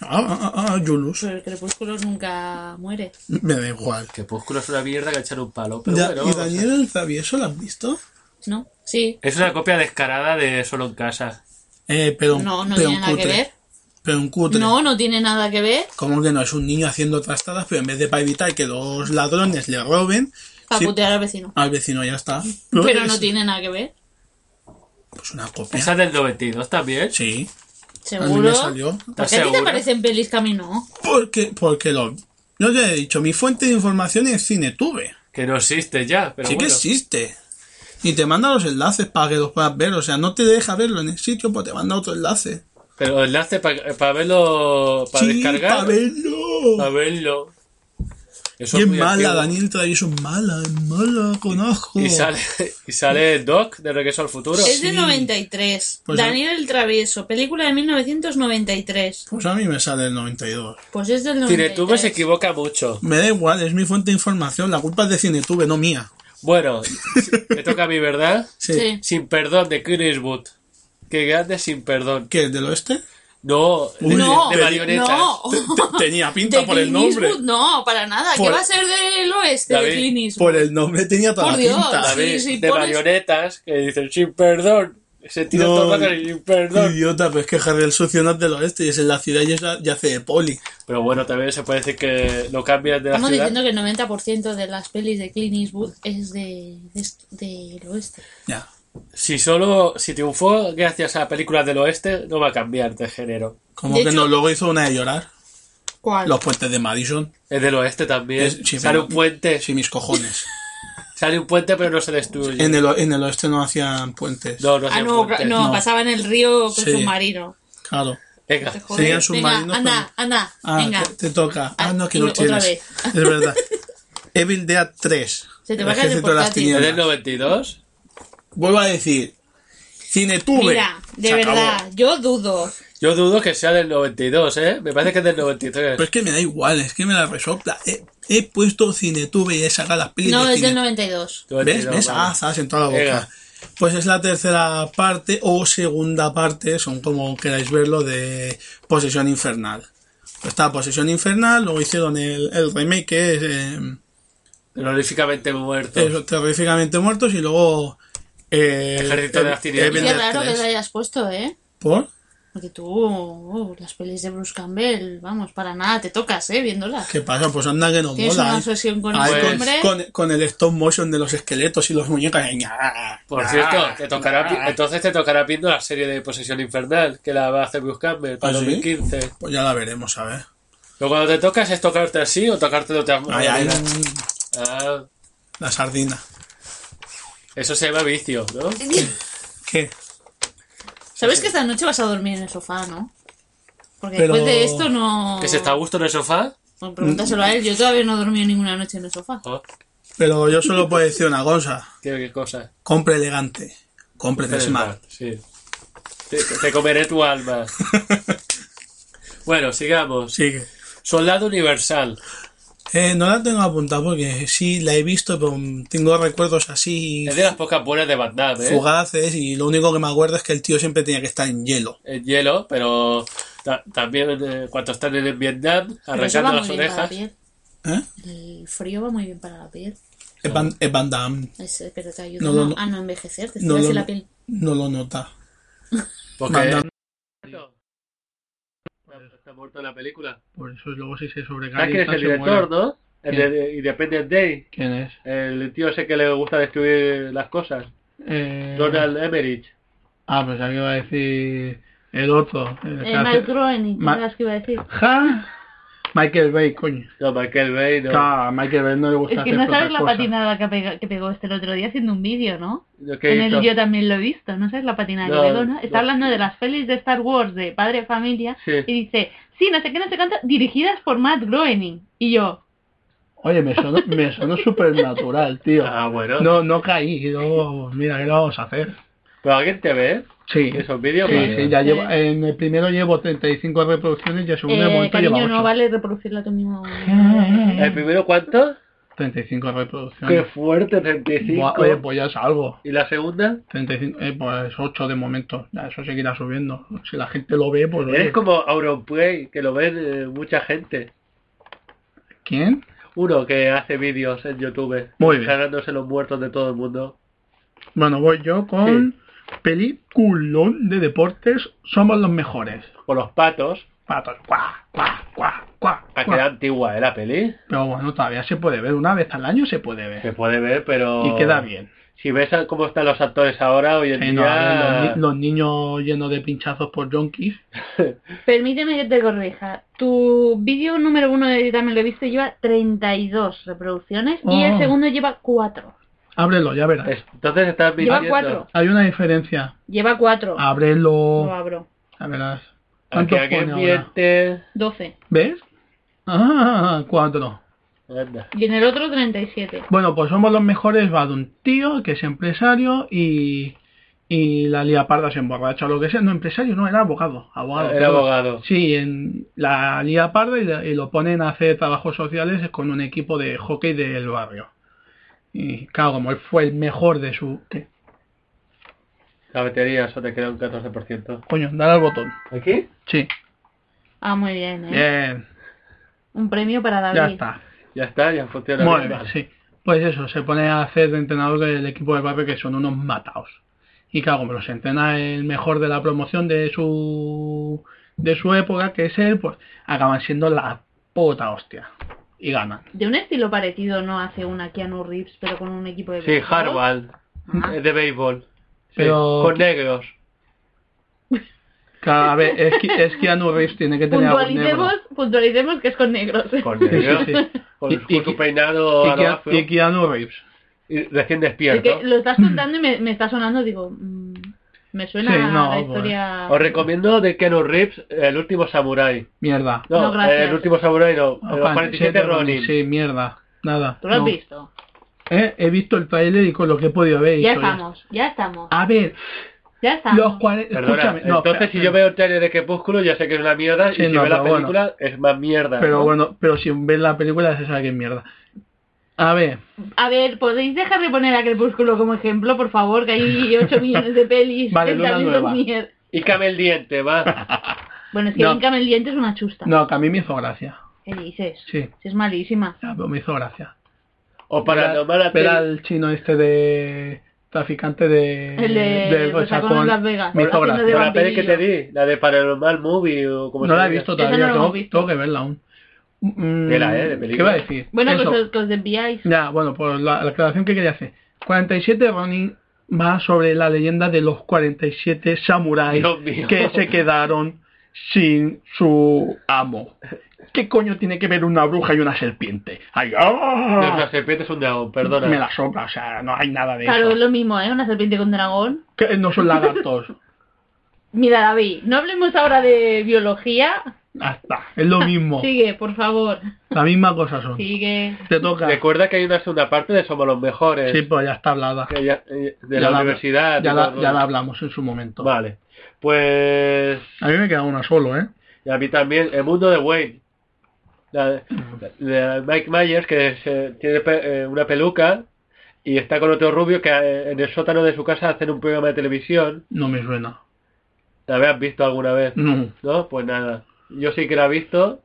S2: Ah, ah, ah, ah, Yulus.
S4: Pero Pues el crepúsculo nunca muere.
S2: Me da igual.
S3: Crepúsculo es una mierda que echar un palo. Pero
S2: Ya,
S3: bueno,
S2: ¿Y
S3: vamos a-
S2: Daniel el Travieso la has visto?
S4: ¿No? Sí.
S3: Es una copia descarada de Solo en Casa.
S2: Eh, pero,
S4: No, no
S2: pero
S4: tiene
S2: un
S4: nada que
S2: cutre.
S4: ver.
S2: Pero un cutre.
S4: No, no tiene nada que ver.
S2: Como que no es un niño haciendo trastadas, pero en vez de para evitar que los ladrones le roben,
S4: Para
S2: sí,
S4: putear al vecino.
S2: al vecino ya está.
S4: Pero no
S2: es-
S4: tiene nada que ver.
S2: Pues una copia.
S3: Esa del 92 también.
S2: Sí, a mí
S4: Seguro.
S2: me salió.
S4: ¿Por qué a ti te
S3: ¿Seguro?
S4: parecen pelis que a mí no?
S2: Porque, porque lo. Yo te he dicho, mi fuente de información es CineTube.
S3: Que no existe ya, pero
S2: sí que
S3: bueno.
S2: existe. Y te manda los enlaces para que los puedas ver. O sea, no te deja verlo en el sitio, pues te manda otro enlace.
S3: Pero enlace para verlo, para
S2: sí,
S3: descargar.
S2: para verlo.
S3: pa' verlo. Eso
S2: Y es
S3: muy
S2: mala,
S3: antiguo.
S2: Daniel Travieso es mala, es mala, con asco.
S3: Y sale, y sale el Doc de Regreso al Futuro.
S4: Es de
S2: Sí.
S4: 93.
S2: Pues
S4: Daniel el Travieso, película de 1993.
S2: Pues a mí me sale el 92.
S4: Pues es del 93.
S3: Cinetube se equivoca mucho.
S2: Me da igual, es mi fuente de información. La culpa es de Cinetube, no mía.
S3: Bueno, me toca a mí, ¿verdad?
S2: Sí.
S4: Sí.
S3: Sin perdón de Clint Eastwood. Qué grande sin perdón.
S2: ¿Qué? ¿Del oeste?
S3: No, de,
S4: No,
S3: de marionetas.
S4: no.
S2: Te- Tenía pinta
S4: Oh. De
S2: por el
S4: Clint
S2: nombre.
S4: Eastwood, no, para nada. ¿Qué
S2: Por-
S4: va a ser del oeste de
S3: David,
S4: Clint Eastwood?
S2: Por el nombre tenía toda
S4: Por
S2: la
S4: Dios.
S2: pinta.
S3: ¿Sabéis?
S4: sí,
S3: de
S4: pones-
S3: marionetas que dicen sin perdón. Se tira
S2: No.
S3: todo el rato, sin perdón.
S2: Idiota, pero es que Harry el sucio no es del oeste y es en la ciudad y, es la- y hace de poli.
S3: Pero bueno, también se puede decir que lo cambian de la
S4: Estamos
S3: ciudad.
S4: diciendo que el 90% de las pelis de Clint Eastwood es de, de est- del oeste.
S2: Ya.
S3: Si solo si triunfó gracias a películas del oeste, no va a cambiar de género.
S2: Como
S4: De
S2: que
S4: hecho-
S2: no, luego hizo una de llorar.
S4: ¿Cuál?
S2: Los puentes de Madison.
S3: Es del oeste también.
S2: Es- sí,
S3: sale
S2: pero-
S3: un puente,
S2: Sí, mis cojones.
S3: sale un puente pero no se destruye.
S2: En el, o- en el oeste no hacían puentes.
S3: No, no,
S4: ah,
S3: hacen
S4: no,
S3: puentes.
S4: no,
S2: No.
S4: pasaba en el río con
S2: Sí.
S4: submarino.
S2: Claro.
S3: Venga,
S4: Te joder.
S2: Tenían
S4: Venga,
S2: submarino,
S4: anda, anda,
S2: Ah,
S4: venga.
S2: Te, te toca. Ah,
S4: Ah,
S2: no, que
S4: y
S2: no
S4: otra
S2: tienes.
S4: vez.
S2: Es verdad. Evil Dead 3.
S4: Se te
S2: El
S4: va a caer el
S2: ejército de las
S4: portátil.
S3: ¿es
S2: tinieblas.
S3: del 92?
S2: Vuelvo a decir. Cinetube.
S4: Mira, de
S2: Se acabó.
S4: verdad, yo dudo.
S3: Yo dudo que sea del 92, ¿eh? Me parece que es del 93.
S2: Pero es que me da igual, es que me la resopla. He, he puesto Cinetube y he sacado las pelis
S4: No,
S2: de
S4: es del
S2: cine.
S4: 92.
S2: ¿Ves?
S3: 92,
S2: ¿Ves?
S3: vale.
S2: Ah, zas en toda la boca.
S3: Venga.
S2: Pues es la tercera parte o segunda parte, son como queráis verlo, de Posesión Infernal. Está Posesión Infernal, luego hicieron el, el remake que es eh,
S3: Terroríficamente muerto.
S2: es Terroríficamente Muertos y luego... eh,
S3: Ejército de las tinieblas.
S2: Evil
S4: Qué
S2: Dead
S4: raro que
S2: 3.
S4: lo hayas puesto, ¿eh?
S2: ¿Por?
S4: Porque tú, uh, las pelis de Bruce Campbell, vamos, para nada te tocas, ¿eh? Viéndolas.
S2: ¿Qué pasa? Pues anda que no
S4: Tienes
S2: mola.
S4: una
S2: Ay,
S4: obsesión con
S2: ay,
S4: ese
S2: con-
S4: hombre.
S2: con, con el stop motion de los esqueletos y los muñecas.
S3: Por
S4: Ah.
S3: cierto, te tocará, pi- entonces te tocará viendo la serie de Posesión Infernal, que la va a hacer Bruce Campbell para
S2: ¿Ah, sí?
S3: 2015.
S2: Pues ya la veremos, a ver.
S3: Luego cuando te tocas es tocarte así o tocarte de otra
S2: Ay, ay,
S3: manera. Ah,
S2: la sardina.
S3: eso se llama vicio, ¿no?
S2: ¿Qué?
S4: Sabes que esta noche vas a dormir en el sofá, ¿no? Porque
S2: Pero-
S4: después de esto no.
S3: Que se está a gusto en el sofá.
S4: Bueno, pregúntaselo a él. Yo todavía no he dormido ninguna noche en el sofá.
S3: Oh,
S2: Pero yo solo puedo decir una cosa.
S3: qué, qué cosa.
S2: Compre elegante. Compre de smart.
S3: Sí. Te, te comeré tu alma. Bueno, sigamos.
S2: Sigue.
S3: Soldado Universal.
S2: Eh, no la tengo apuntada porque sí la he visto, pero tengo recuerdos así
S3: Es de las pocas buenas de Van Damme, ¿eh?
S2: fugaces y lo único que me acuerdo es que el tío siempre tenía que estar en hielo.
S3: En hielo, pero ta- también eh, cuando están en Vietnam,
S4: Pero eso
S3: arrancando
S4: va
S3: las
S4: muy bien para la
S3: orejas.
S4: piel.
S2: ¿Eh?
S4: El frío va muy bien para la piel.
S2: Es Van, es Van Damme.
S4: Es- pero te ayuda
S2: No, no,
S4: a
S2: no.
S4: a no envejecer. Te
S2: No
S4: hace
S2: lo,
S4: la piel.
S2: no lo nota.
S3: Porque
S2: Van Damme
S3: está, está muerto en la película.
S5: Por eso luego si se
S3: ¿Sabes
S5: sobrecarga
S3: quién es el director, no? El
S5: ¿Quién?
S3: de Independent Day.
S5: ¿Quién es?
S3: El tío ese que le gusta destruir las cosas.
S5: Eh,
S3: Donald Emmerich.
S5: Ah, pensaba que iba a decir el otro. el que
S4: Eh,
S5: hace-
S4: Mike Groening,
S5: Ma-
S4: ¿sabes qué iba a decir?
S5: Ja. Michael Bay, coño.
S3: No, Michael Bay, no.
S5: Claro, a Michael Bay no le gusta
S4: Es que
S5: hacer
S4: no
S5: pocas
S4: sabes la
S5: cosas.
S4: patinada que, pega- que pegó este el otro día haciendo un vídeo, ¿no?
S3: Lo que
S4: En el
S3: hizo.
S4: yo también lo he visto, no sabes la patinada
S3: No,
S4: que pegó, ¿no?
S3: no.
S4: Está hablando de las pelis de Star Wars de Padre Familia
S3: Sí.
S4: y dice, sí, no sé qué, no sé cuánto, dirigidas por Matt Groening. Y yo,
S5: Oye, me sonó, me sonó súper natural, tío.
S3: Ah, bueno.
S5: No, no caí. No, mira, ¿qué lo vamos a hacer?
S3: ¿Pero alguien te ve?
S5: Sí.
S3: ¿Esos vídeos?
S5: Sí,
S3: Vale.
S5: sí, ya llevo, en el primero llevo 35 reproducciones y el segundo
S4: eh,
S5: momento lleva
S4: cariño,
S5: 8.
S4: no vale reproducirla a tu mismo.
S3: ¿El primero cuánto?
S5: 35
S3: ¡Qué
S5: reproducciones.
S3: fuerte! 35.
S5: Buah, oye, pues ya es algo.
S3: ¿Y la segunda?
S5: 35, eh, pues 8 de momento. Ya, eso seguirá subiendo. Si la gente lo ve, pues...
S3: Eres
S5: oye,
S3: como Auronplay, que lo ven eh, mucha gente.
S5: ¿Quién?
S3: Uno que hace vídeos en YouTube,
S5: Muy bien.
S3: cagándose los muertos de todo el mundo.
S5: Bueno, voy yo con peliculón de deportes. Somos los mejores.
S3: Con los patos.
S5: Patos. Cuá, cuá, cuá, cuá,
S3: A que
S5: cuá.
S3: era antigua, ¿eh? La peli.
S5: Pero bueno, todavía se puede ver. Una vez al año se puede
S3: Se
S5: ver.
S3: puede ver, pero...
S5: Y queda bien.
S3: Si ves a cómo están los actores ahora, hoy en
S5: Sí, no, a ver,
S3: día...
S5: los, ni- los niños llenos de pinchazos por junkies.
S4: Permíteme que te corrija. Tu vídeo número uno de Yo también lo he visto lleva 32 reproducciones y
S5: Oh.
S4: el segundo lleva 4.
S5: Ábrelo, ya verás.
S3: Es- Entonces estás
S4: Lleva
S3: mintiendo.
S4: 4.
S5: Hay una diferencia.
S4: Lleva 4.
S5: Ah,
S4: Lo
S5: Ábrelo,
S4: abro.
S5: ya verás.
S3: Aquí
S5: ¿Cuántos
S3: alguien
S5: pone ahora?
S3: miente...
S4: 12.
S5: ¿Ves? Ah, cuatro.
S3: Anda.
S4: Y en el otro 37.
S5: Bueno, pues somos los mejores. Va de un tío que es empresario y, y la lía parda se emborracha o lo que sea. No, empresario no, era abogado. abogado
S3: Era
S5: perdón.
S3: abogado.
S5: Sí, en la lía parda y, la- y lo ponen a hacer trabajos sociales con un equipo de hockey del barrio. Y claro, como él fue el mejor de su... ¿Qué?
S3: La batería, eso te queda un 14%.
S5: Coño, dale al botón.
S3: ¿Aquí?
S5: Sí,
S4: Ah, muy bien, ¿eh?
S5: bien,
S4: Un premio para David.
S5: ya está.
S3: Ya está, ya funciona.
S5: Muy
S3: bien,
S5: bien,
S3: vale.
S5: sí. Pues eso, se pone a hacer de entrenador del equipo de barrio que son unos mataos. Y claro, como los entrena el mejor de la promoción de su de su época, que es él, pues acaban siendo la puta hostia. Y ganan.
S4: De un estilo parecido, ¿no? Hace una Keanu Reeves, pero con un equipo de...
S3: Sí,
S4: videojuegos.
S3: Harvard.
S4: Ah.
S3: eh, De béisbol. Sí,
S5: Pero-
S3: Con negros.
S5: Cada vez es, Ki- es Keanu Reeves, tiene que tener algún negro.
S4: Puntualicemos, puntualicemos que es con negros.
S3: Con
S5: Sí, sí,
S3: negros.
S5: sí.
S3: Con,
S5: Y-
S3: con
S5: y-
S3: su peinado
S5: Y
S3: a lo
S5: Kea-
S3: afro.
S5: Y Keanu Reeves.
S3: Y recién
S4: Es
S3: despierto.
S4: que lo estás contando y me, me está sonando, digo... mm, me suena
S5: Sí, no,
S4: a la
S5: pues.
S4: historia...
S3: Os recomiendo de Keanu Reeves El último samurái.
S5: Mierda.
S3: No,
S4: No, gracias.
S3: El último samurái no. Los 47 Ronin.
S5: Ah, Sí, mierda. Nada.
S4: Tú lo has
S5: no.
S4: visto.
S5: Eh, he visto el trailer y con lo que he podido ver. y
S4: Ya
S5: todo ya.
S4: estamos, ya estamos,
S5: A ver,
S4: ya estamos.
S5: Los cuare-
S3: Perdona,
S5: Escúchame, no,
S3: entonces
S5: espera,
S3: si yo veo el trailer de Crepúsculo ya sé que es una mierda
S5: Sí,
S3: y si
S5: no,
S3: veo la
S5: pero bueno.
S3: película es más mierda.
S5: Pero
S3: ¿no?
S5: bueno, pero si ves la película se sabe que es mierda. A ver,
S4: A ver, ¿podéis dejar de poner a Crepúsculo como ejemplo, por favor? Que hay 8 millones de pelis.
S5: Vale, Luna
S4: 30.000
S5: Nueva.
S4: mier-
S3: Hícame el diente, va.
S4: Bueno, es que
S5: No.
S4: Incame el diente es una chusta.
S5: no, que a mí me hizo gracia.
S4: ¿Qué dices?
S5: Sí,
S4: Si es malísima.
S5: ya, pero me hizo gracia.
S3: O para
S5: Ver-
S3: tomar la
S5: ver
S3: tele-
S5: al chino este de traficante de
S4: El de
S5: del
S4: Resacón en Las Vegas,
S5: me hizo
S4: haciendo
S5: gracia.
S4: de
S3: o la peli que
S4: vampirillo.
S3: te di, la de Paranormal Movie o como
S5: No
S3: se
S5: la he
S3: diga.
S5: visto
S4: Esa no
S5: todavía,
S4: la
S5: tengo,
S4: hemos visto.
S5: tengo que verla aún. Mm,
S3: Tela, eh, de
S5: ¿Qué
S3: película.
S5: iba a decir?
S4: Bueno, pues que
S5: Eso.
S4: os, que os desviáis.
S5: Ya, bueno, pues la, la aclaración que quería hacer. 47 Ronin va sobre la leyenda de los 47 samuráis
S3: Dios mío.
S5: que se quedaron sin su amo. ¿Qué coño tiene que ver una bruja y una serpiente? Ay, ¡ah!
S3: No, la serpiente es un dragón, perdona.
S5: Me la sopla, o sea, no hay nada de
S4: Claro, es
S5: eso.
S4: lo mismo, ¿eh? Una serpiente con dragón.
S5: Que no son lagartos.
S4: Mira, David, no hablemos ahora de biología.
S5: Hasta, es lo mismo.
S4: Sigue, por favor.
S5: La misma cosa son.
S4: Sigue.
S5: Te toca.
S3: Recuerda que hay una segunda parte de Somos los Mejores.
S5: Sí, pues ya está hablada.
S3: que ya- eh, de
S5: Ya
S3: la, universidad.
S5: Ya
S3: de
S5: la,
S3: todo.
S5: ya la hablamos en su momento.
S3: Vale. Pues.
S5: A mí me queda una solo, ¿eh?
S3: Y a mí también, El mundo de Wayne. La- la- Mike Myers, que se- tiene pe- eh, una peluca y está con otro rubio que eh, en el sótano de su casa hacen un programa de televisión.
S5: No me suena.
S3: ¿La habías visto alguna vez?
S5: No.
S3: ¿No? Pues nada. Yo sí que la he visto.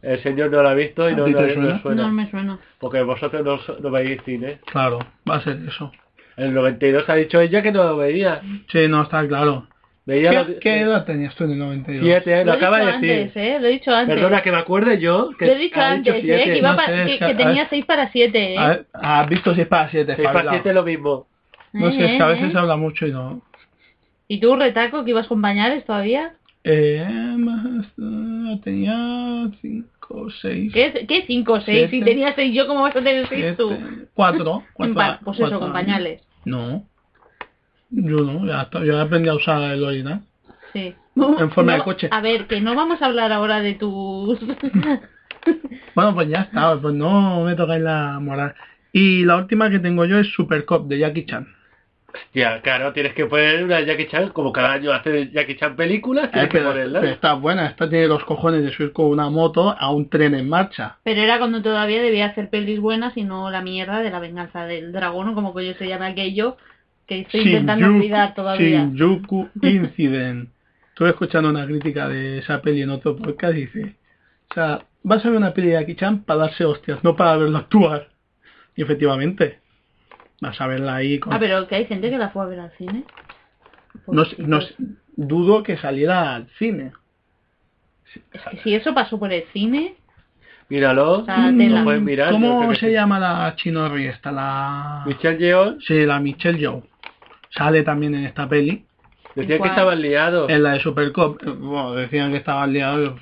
S3: El señor no la ha visto y
S5: ¿A
S3: no,
S5: ti
S3: no-
S5: te
S3: no
S5: suena?
S3: suena.
S4: No me suena.
S3: Porque vosotros no, so- no veis cine.
S5: Claro, va a ser eso.
S3: El 92 ha dicho ella que no lo veía.
S5: Sí, no, está claro.
S3: Veía
S5: ¿Qué,
S3: lo-
S5: qué edad tenías tú en el 92?
S3: Siete, lo
S4: he
S3: acaba de
S4: dicho
S3: decir.
S4: antes, ¿eh? Lo he dicho antes.
S3: Perdona, que me acuerde yo. Que
S4: Lo he dicho
S3: ha
S4: antes, ¿eh?
S3: siete.
S4: Que, iba
S5: No
S4: pa-
S5: sé,
S4: que,
S5: es que-
S4: que
S5: a
S4: tenía
S5: ver.
S4: 6 para 7, ¿eh?
S5: A ver, Has visto 6 para 7,
S3: Seis para siete lo mismo.
S5: No sé, es que a veces se
S4: ¿Eh?
S5: habla mucho y no.
S4: ¿Y tú, Retaco, que ibas con pañales todavía?
S5: Eh, más, eh, tenía 5, 6,
S4: ¿Qué, qué 5 o 6? Si
S5: Siete.
S4: tenías 6 yo, ¿cómo vas a tener 6 tú?
S5: 4, 4.
S4: En pa- pues eso, con pañales.
S5: No. Yo no, ya, está- yo ya aprendí a usar el original.
S4: Sí.
S5: En forma de
S4: No,
S5: coche.
S4: A ver, que no vamos a hablar ahora de tus...
S5: Bueno, pues ya está, pues no me tocáis la moral. Y la última que tengo yo es Supercop de Jackie Chan.
S3: Ya, claro, tienes que poner una Jackie Chan, como cada año hace Jackie Chan películas,
S5: Eh,
S3: tienes que
S5: pero,
S3: ponerla.
S5: pero está buena, esta tiene los cojones de subir con una moto a un tren en marcha.
S4: Pero era cuando todavía debía hacer pelis buenas y no la mierda de la venganza del dragón o como que yo se llama aquello que estoy intentando
S5: Shinjuku-
S4: olvidar todavía.
S5: Shinjuku Incident. Estuve escuchando una crítica de esa peli en otro podcast y dice, o sea, vas a ver una peli de Jackie Chan para darse hostias, no para verlo actuar. Y efectivamente, vas a verla ahí con...
S4: Ah, pero que hay gente que la fue a ver al cine. Pues
S5: no, sé- no sé,
S4: Pobrecitos.
S5: dudo que saliera al cine.
S4: Es que si eso pasó por el cine,
S3: Míralo,
S4: O sea,
S3: lo
S4: tela.
S3: puedes mirar. yo creo
S5: ¿Cómo
S3: que
S5: se
S3: sí.
S5: llama la chinorri esta? La...
S3: Michelle Yeoh
S5: Sí, la Michelle Joe. Sale también en esta peli.
S3: decía que
S4: ¿Cuál?
S3: estaban liados.
S5: En la de Supercop, eh, bueno, decían que estaba liado.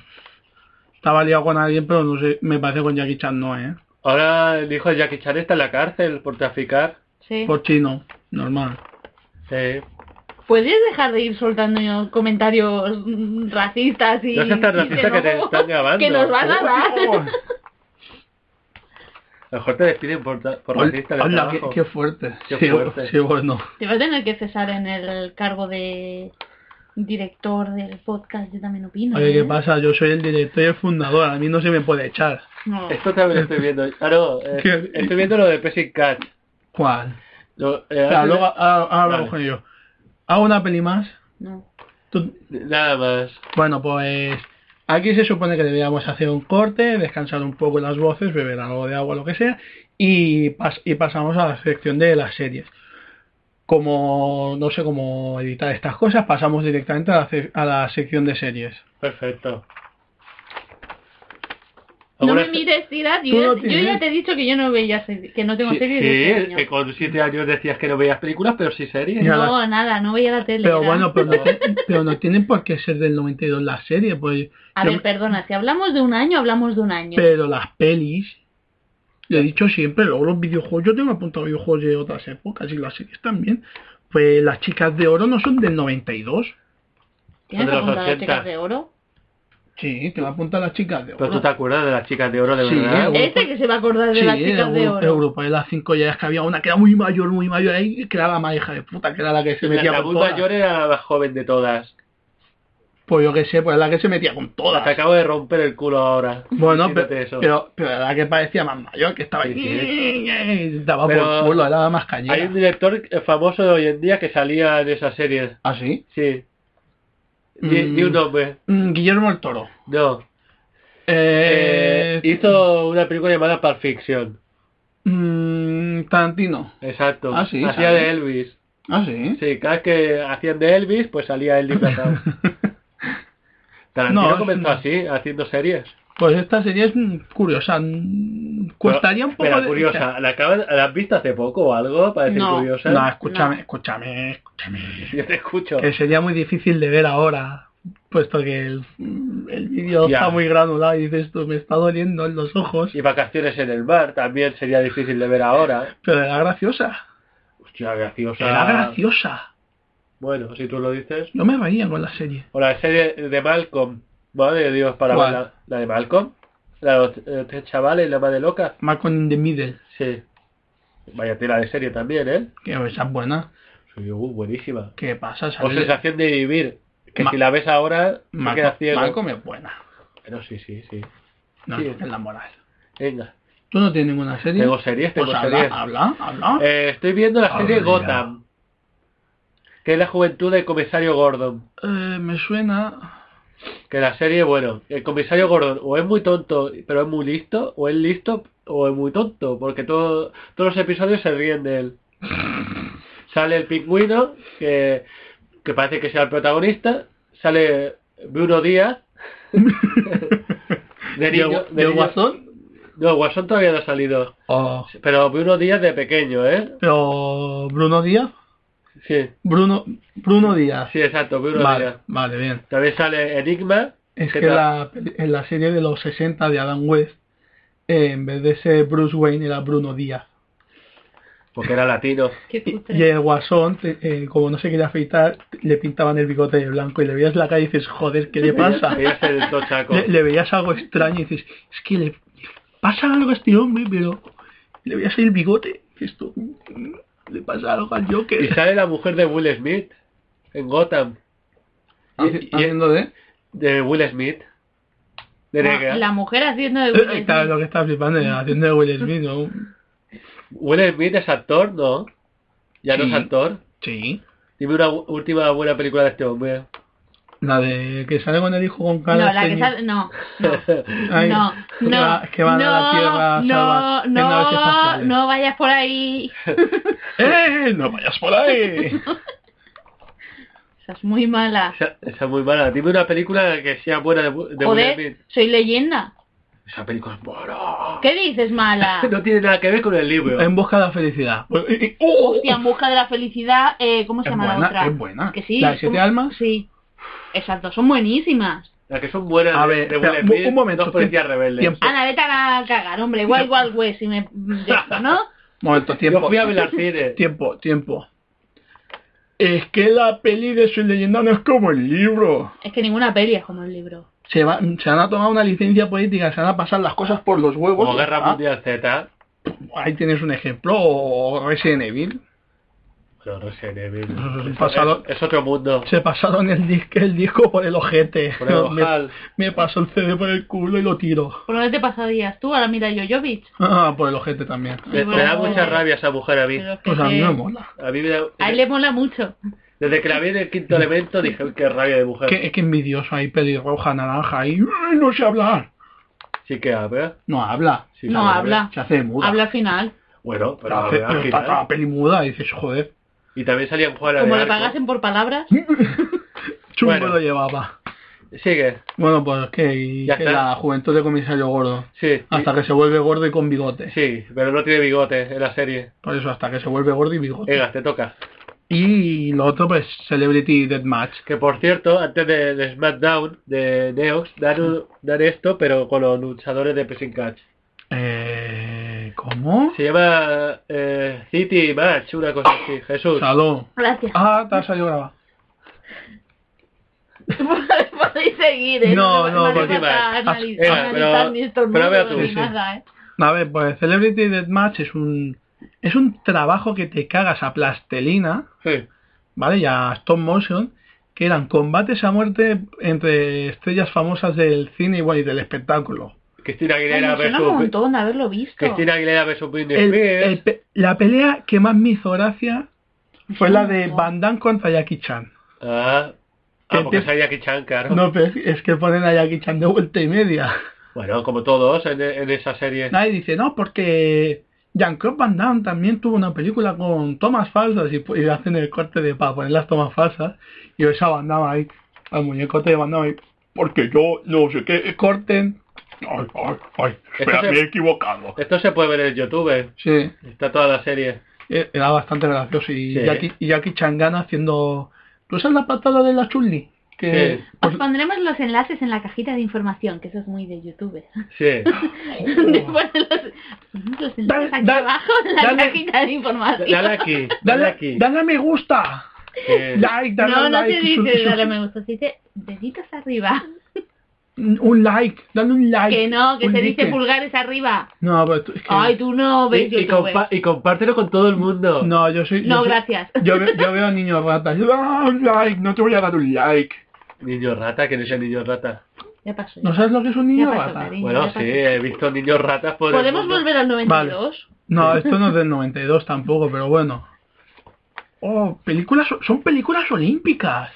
S5: Estaba liado con alguien, pero no sé, me parece con Jackie Chan no, ¿eh?
S3: Ahora el hijo de Jackie Chan está en la cárcel por traficar.
S4: sí.
S5: Por chino, normal.
S3: Sí.
S4: ¿Puedes dejar de ir soltando comentarios mm, racistas y...
S3: No seas tan
S4: y
S3: racista que te
S4: xenófobos
S3: están grabando.
S4: Que nos van a dar.
S3: A lo mejor te despiden por, tra- por racista del
S5: Hola, qué,
S3: trabajo.
S5: qué fuerte.
S3: Qué
S5: Sí,
S3: fuerte.
S5: sí, bueno.
S4: Te va a tener que cesar en el cargo de director del podcast, yo también opino.
S5: Oye, ¿qué
S4: ¿eh?
S5: pasa? Yo soy el director y el fundador, a mí no se me puede echar.
S4: No.
S5: Eh,
S3: Esto también lo estoy viendo. Ah, no, eh,
S5: ¿Qué?
S3: estoy viendo lo de Pressing Catch.
S5: ¿Cuál?
S3: Lo- eh,
S5: O sea,
S3: antes de-
S5: luego, ahora ahora hablamos
S3: Vale.
S5: con ellos. Hago una peli más.
S4: No.
S5: Tú-
S3: Nada más.
S5: Bueno, pues aquí se supone que deberíamos hacer un corte, descansar un poco las voces, beber algo de agua, lo que sea, y, pas- y pasamos a la sección de las series. Como no sé cómo editar estas cosas, pasamos directamente a la, ce- a la sección de series.
S3: Perfecto.
S4: No me
S3: ¿Alguna-
S4: mires, Tirat.
S5: Tú
S4: Yo, ya-
S5: no
S4: yo ya
S5: tienes- eh,
S4: te he dicho que yo no veía series, que no tengo
S3: Sí,
S4: series
S3: sí,
S4: de este año.
S3: que con siete años decías que no veías películas, pero sí series.
S5: Ya.
S4: No, nada, no veía la tele.
S5: Pero
S4: era-
S5: bueno, pero no, te- pero no tienen por qué ser del 92 las series, pues,
S4: A
S5: yo
S4: ver,
S5: me-
S4: perdona, si hablamos de un año, hablamos de un año.
S5: pero las pelis, lo he dicho siempre, luego los videojuegos, yo tengo apuntado videojuegos de otras épocas y las series también, pues las chicas de oro no son del 92.
S4: ¿Tienes
S3: de los
S4: apuntado
S3: 80.
S4: chicas de oro?
S5: Sí, te lo apuntan las chicas de
S3: Pero
S4: Ah.
S5: oro.
S3: tú te acuerdas de las chicas de oro, de
S5: Sí,
S3: verdad.
S5: Europa.
S4: Este que se va a acordar de
S5: sí,
S4: las chicas de
S5: Euro-
S4: oro.
S5: Europa, de las cinco ya es que había una que era muy mayor, muy mayor ahí, que era la más hija de puta, que era la que se
S3: La,
S5: metía
S3: la
S5: con
S3: muy
S5: todas.
S3: mayor era la más joven de todas.
S5: Pues yo qué sé, pues era la que se metía con todas.
S3: Te acabo de romper el culo ahora.
S5: Bueno,
S3: diciéndote
S5: pero,
S3: eso.
S5: pero, pero era la que parecía más mayor, que estaba ahí.
S3: Sí,
S5: y Daba
S3: Pero-
S5: por culo, era la más
S3: Hay un
S5: cañera.
S3: director eh, famoso de hoy en día que salía en esa serie.
S5: ¿Ah, sí?
S3: Sí. Di,
S5: Mm.
S3: di un nombre.
S5: Mm, Guillermo el Toro.
S3: No. Eh,
S5: Eh,
S3: hizo una película llamada Pulp Fiction.
S5: mm, Tarantino.
S3: Exacto.
S5: Ah, sí,
S3: Hacía
S5: sale.
S3: de Elvis.
S5: ¿Ah, sí?
S3: Sí, cada vez que hacían de Elvis, pues salía él disfrazado. Tarantino
S5: No, es
S3: comenzó
S5: una-
S3: así, haciendo series.
S5: Pues esta serie es mm, curiosa. mm, Costaría un poco
S3: Pero
S5: de...
S3: curiosa, ¿la, acabas, ¿la has visto hace poco o algo? Para decir
S4: No.
S3: curiosa.
S5: No, escúchame,
S4: No.
S5: escúchame, escúchame.
S3: Yo te escucho.
S5: Que sería muy difícil de ver ahora, puesto que el, el vídeo
S3: Ya.
S5: está muy granulado y dices tú, me está doliendo en los ojos,
S3: Y vacaciones en el mar también sería difícil de ver ahora.
S5: pero era graciosa.
S3: Hostia, graciosa.
S5: Era graciosa.
S3: Bueno, si tú lo dices.
S5: Yo me reía con la serie.
S3: O la serie de Malcolm. Madre de Dios, para
S5: ¿Cuál?
S3: verla. La de Malcolm. La de los eh, tres chavales, la madre loca.
S5: Más con The Middle,
S3: Sí. Vaya tela de serie también, ¿eh?
S5: que esa es buena.
S3: Sí, uh, buenísima.
S5: ¿Qué pasa?
S3: O
S5: Sale
S3: sensación de vivir. Que
S5: Ma-
S3: si la ves ahora, te quedas ciego.
S5: Malcolm es buena.
S3: Pero sí, sí, sí.
S5: No,
S3: Sí.
S5: no, es la moral.
S3: Venga.
S5: ¿Tú no tienes ninguna serie?
S3: Tengo series, tengo
S5: Pues habla,
S3: series.
S5: habla, habla.
S3: Eh, estoy viendo la serie
S5: Habla.
S3: Gotham. Que es la juventud del comisario Gordon.
S5: Eh, me suena...
S3: Que la serie, bueno, el comisario Gordon o es muy tonto, pero es muy listo, o es listo, o es muy tonto, porque todo, todos los episodios se ríen de él. Sale el pingüino, que, que parece que sea el protagonista, sale Bruno Díaz. de
S5: ¿De,
S3: niño-
S5: Gua-
S3: de
S5: de
S3: niño-
S5: Guasón?
S3: No, Guasón todavía no ha salido.
S5: Oh,
S3: Pero Bruno Díaz de pequeño, ¿eh?
S5: pero Bruno Díaz.
S3: Sí,
S5: Bruno, Bruno Díaz.
S3: sí, exacto, Bruno Díaz.
S5: Vale, vale, bien.
S3: También sale Enigma.
S5: Es
S3: ¿Qué
S5: que
S3: tal?
S5: la, en la serie de los 60 de Adam West, eh, en vez de ser Bruce Wayne, era Bruno Díaz.
S3: Porque era latino.
S4: Qué
S5: Y,
S4: cutre.
S5: y el guasón, te- eh, como no se quería afeitar, le pintaban el bigote de blanco y le veías la cara y dices, joder, ¿qué le pasa?
S3: Ella es el tochaco.
S5: Le, le veías algo extraño y dices, es que le, le pasa algo a este hombre, pero le veías el bigote. Esto "Mm, le pasa algo al
S3: Y
S5: Joker.
S3: sale la mujer de Will Smith en Gotham.
S5: Haci- haciendo de...
S3: De Will Smith. De negra.
S4: La mujer haciendo de
S5: Eh, claro, lo que está flipando, haciendo de Will Smith, ¿no?
S3: Will Smith es actor, ¿no? Ya no
S5: Sí.
S3: es actor.
S5: Sí.
S3: Dime una bu- última buena película de este hombre.
S5: La de que sale con el hijo con cara
S4: No, la que
S5: ceñi-
S4: sale. No.
S5: Ay,
S4: No,
S5: que
S4: no,
S5: va- que van a la
S4: no,
S5: Tierra a
S4: no,
S5: salvar en naves
S4: no,
S5: espaciales.
S4: no vayas por ahí.
S5: ¡Eh! ¡No vayas por ahí!
S4: Esa es muy mala.
S3: Esa, esa es muy mala. Dime una película que sea buena de, Bu- de Will
S4: Joder,
S3: Smith.
S4: soy leyenda.
S3: Esa película es mala.
S4: ¿Qué dices, mala?
S3: No tiene nada que ver con el libro.
S5: en busca de la felicidad. ¡oh!
S4: Hostia, en busca de la felicidad, eh, ¿cómo se
S5: Es
S4: llama
S5: buena,
S4: la otra?
S5: es buena.
S4: Que sí,
S5: ¿La de siete
S4: ¿cómo?
S5: almas?
S4: Sí. Esas dos son buenísimas.
S3: Las que son buenas
S5: A
S3: de-
S5: ver,
S3: de Will
S5: espera,
S3: Smith.
S5: un- un momento,
S3: Dos policías
S5: tiempo,
S3: rebeldes.
S5: tiempo.
S4: Ana, vete a cagar, hombre. Igual, igual, güey, si me... de esto, ¿no?
S5: Momento,
S3: Yo
S5: tiempo.
S3: fui a ver las cines.
S5: Tiempo, tiempo. Es que la peli de Soy Leyenda no es como el libro.
S4: Es que ninguna peli es como el libro.
S5: Se, va- se van a tomar una licencia política, se van a pasar las cosas por los huevos.
S3: Como Guerra
S5: Ah,
S3: Mundial Z.
S5: Ahí tienes un ejemplo. O Resident Evil.
S3: Bueno, Resident Evil.
S5: Mm,
S3: Es-
S5: pasado.
S3: Es, es otro mundo.
S5: Se pasaron el, dis- el disco por el ojete.
S3: Por el
S5: me,
S3: ojal.
S5: me pasó el CD por el culo y lo tiro.
S4: ¿Por dónde te pasarías tú? Ahora mira yo, Jovic.
S5: Ah, por el ojete también.
S3: Me, me da mucha rabia esa mujer a mí.
S4: pues, Pero es que
S5: Pues a mí
S4: te-
S5: me mola.
S3: A mí me da-
S4: a él le mola mucho.
S3: Desde que la vi en el quinto elemento dije, "Uy, qué rabia de mujer.
S5: Que, es que envidioso ahí, pelirroja, naranja, ahí "Ay, no sé hablar.
S3: Sí que habla.
S5: No habla,
S3: Sí
S4: No
S3: que
S4: habla.
S5: se hace muda.
S4: Habla al final.
S3: Bueno, pero
S5: Pero hace-
S3: habla,
S5: pero
S3: al
S5: está
S3: final.
S5: toda la peli muda y dices, joder,
S3: Y también salía en Juana
S4: Como
S3: de
S4: le
S3: Arco.
S4: pagasen por palabras.
S5: chungo
S3: Bueno.
S5: lo llevaba.
S3: Sigue.
S5: Bueno, pues que, y
S3: Ya
S5: que
S3: está.
S5: la juventud de comisario gordo.
S3: Sí.
S5: Hasta que se vuelve gordo y con bigote.
S3: Sí, pero no tiene bigote en la serie.
S5: Por eso, hasta que se vuelve gordo y bigote.
S3: Venga, te toca.
S5: Y lo otro, pues, Celebrity Deathmatch.
S3: Que por cierto, antes de, de SmackDown, de Neox, dan, un- dan esto, pero con los luchadores de Pressing Catch.
S5: Eh, ¿Cómo?
S3: Se llama eh, City Match, una cosa así. Jesús.
S5: Salón.
S4: Gracias.
S5: Ah, te ha salido grabado.
S4: Podéis seguir, ¿eh?
S5: No, no,
S4: hace
S3: porque-
S4: falta
S3: Ah,
S4: analiz-
S3: venga,
S4: analizar
S3: pero-
S4: ni estos
S3: pero vea
S4: mundos
S3: tú.
S4: ni
S5: Sí, sí.
S4: nada, ¿eh?
S5: A ver, pues Celebrity Deathmatch es un es un trabajo que te cagas a plastelina,
S3: Sí.
S5: ¿vale? Y a stop motion, que eran combates a muerte entre estrellas famosas del cine y, bueno, y del espectáculo.
S3: Cristina
S4: Ay,
S3: Aguilera
S4: me suena un
S3: versus...
S4: montón haberlo visto.
S3: Cristina Aguilera versus Britney
S5: El-
S3: Spears.
S5: el pe- la pelea que más me hizo gracia fue la de Van Damme contra Jackie Chan.
S3: Ah, ah
S5: Que
S3: porque
S5: te-
S3: salía Jackie Chan, claro.
S5: No, pero es- es que ponen a Jackie Chan de vuelta y media.
S3: Bueno, como todos en, en esa serie.
S5: Nadie dice, no, porque Jean-Claude Van Damme también tuvo una película con tomas falsas y, y hacen el corte de para poner las tomas falsas y ves a Van Damme ahí, al muñecote de Van Damme ahí, porque yo no sé qué, eh, corten. Ay, ay, ay, espera,
S3: Esto se-
S5: me he equivocado.
S3: Esto se puede ver en YouTube.
S5: Sí,
S3: Está toda la serie.
S5: e- era bastante gracioso y,
S3: Sí.
S5: Jackie, y Jackie Chan gana haciendo... ¿Tú sabes la patada de la chulli? Que...
S3: Sí.
S4: Os pondremos los enlaces en la cajita de información, que eso es muy de YouTube.
S3: Sí.
S4: Te ponen los, ponemos los enlaces
S5: Dale,
S4: aquí
S5: dale,
S4: abajo en la
S5: dale.
S4: cajita de información.
S3: Dale aquí. Dale
S5: Dale,
S3: aquí.
S5: dale a me gusta.
S3: Eh,
S5: Like, dale
S4: no,
S5: un
S4: no
S5: like.
S4: se
S5: y su-
S4: dice
S5: su-
S4: dale me gusta, se dice deditos arriba.
S5: Un like, dale un like.
S4: Que no, que
S3: pues
S5: un
S4: se dice
S5: like.
S4: pulgares arriba.
S5: No, pero tú- es que...
S4: Ay, tú no ves
S3: y, y
S4: YouTube. ¿eh?
S3: compa- y compártelo con todo el mundo.
S5: eh. No, yo soy.
S4: No,
S5: yo soy-
S4: gracias.
S5: Yo, ve- yo veo niños ratas. Yo, "Ah, un like, no te voy a dar un like.
S3: Niño rata, que no sea niño rata.
S4: Ya pasó.
S5: ¿No sabes lo que es un
S4: Ya
S5: niño
S4: pasó,
S5: rata?
S4: cariño,
S3: Bueno,
S4: ya
S3: sí,
S4: pasó.
S3: he visto niños ratas por el
S4: ¿Podemos
S3: mundo.
S4: volver al 92?
S5: No, esto no es del 92 tampoco, pero bueno. Oh, películas, son películas olímpicas.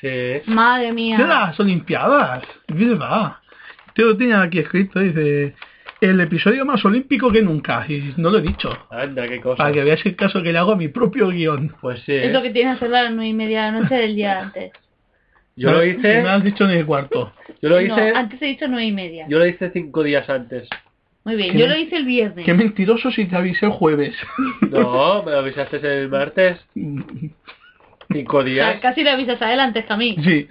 S3: Sí.
S4: Madre mía.
S5: De las Olimpiadas. Es verdad. Tío, lo tiene aquí escrito, dice. el episodio más olímpico que nunca, y no lo he dicho.
S3: Anda, qué cosa.
S5: Para que veas el caso que le hago a mi propio guión.
S3: Pues sí.
S4: Es
S3: ¿eh?
S4: lo que tienes que hacer a las nueve y media de la noche del día antes.
S3: Yo lo
S5: No
S3: hice,
S5: Me lo has dicho en el cuarto.
S3: yo lo
S4: no,
S3: hice,
S4: antes he dicho nueve y media.
S3: yo lo hice cinco días antes.
S4: Muy bien,
S5: ¿Qué
S4: yo
S5: me-
S4: lo hice el viernes.
S5: Qué mentiroso si te avisé el jueves.
S3: No, me lo avisaste el martes. Cinco
S4: O sea,
S3: días.
S4: casi le avisas a él antes que a mí.
S5: sí.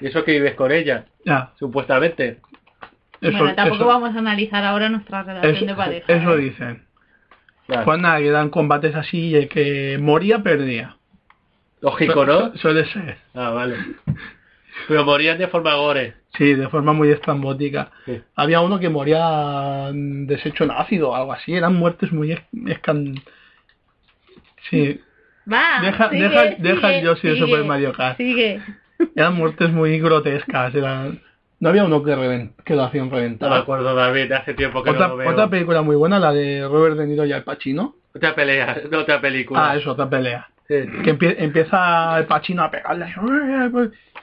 S3: Y eso que vives con ella,
S5: Ya.
S3: supuestamente.
S5: Eso,
S4: bueno, tampoco
S5: eso-
S4: vamos a analizar ahora nuestra relación
S5: eso-
S4: de pareja.
S5: eso
S4: ¿eh?
S5: dicen.
S3: Claro.
S5: Pues nada, que dan combates así y el que moría perdía.
S3: Lógico, ¿no?
S5: Su- Suele ser.
S3: Ah, vale. Pero morían de forma gore.
S5: Sí, de forma muy estrambótica.
S3: Sí.
S5: Había uno que moría mm, deshecho en ácido o algo así. Eran muertes muy es- escan... Sí,
S4: Va,
S5: Deja-
S4: sigue,
S5: deja-
S4: sigue,
S5: deja el Yoshi de
S4: sigue,
S5: Super Mario Kart.
S4: Sigue.
S5: eran muertes muy grotescas. Eran... No había uno que, reven- que lo hacían
S3: No me
S5: reventar.
S3: acuerdo, David, hace tiempo que
S5: Otra,
S3: no lo veo.
S5: otra película muy buena, la de Robert De Niro y Al Pacino.
S3: Otra pelea, no, otra película.
S5: Ah, es otra pelea.
S3: Sí.
S5: Que empie- empieza Al Pacino a pegarle.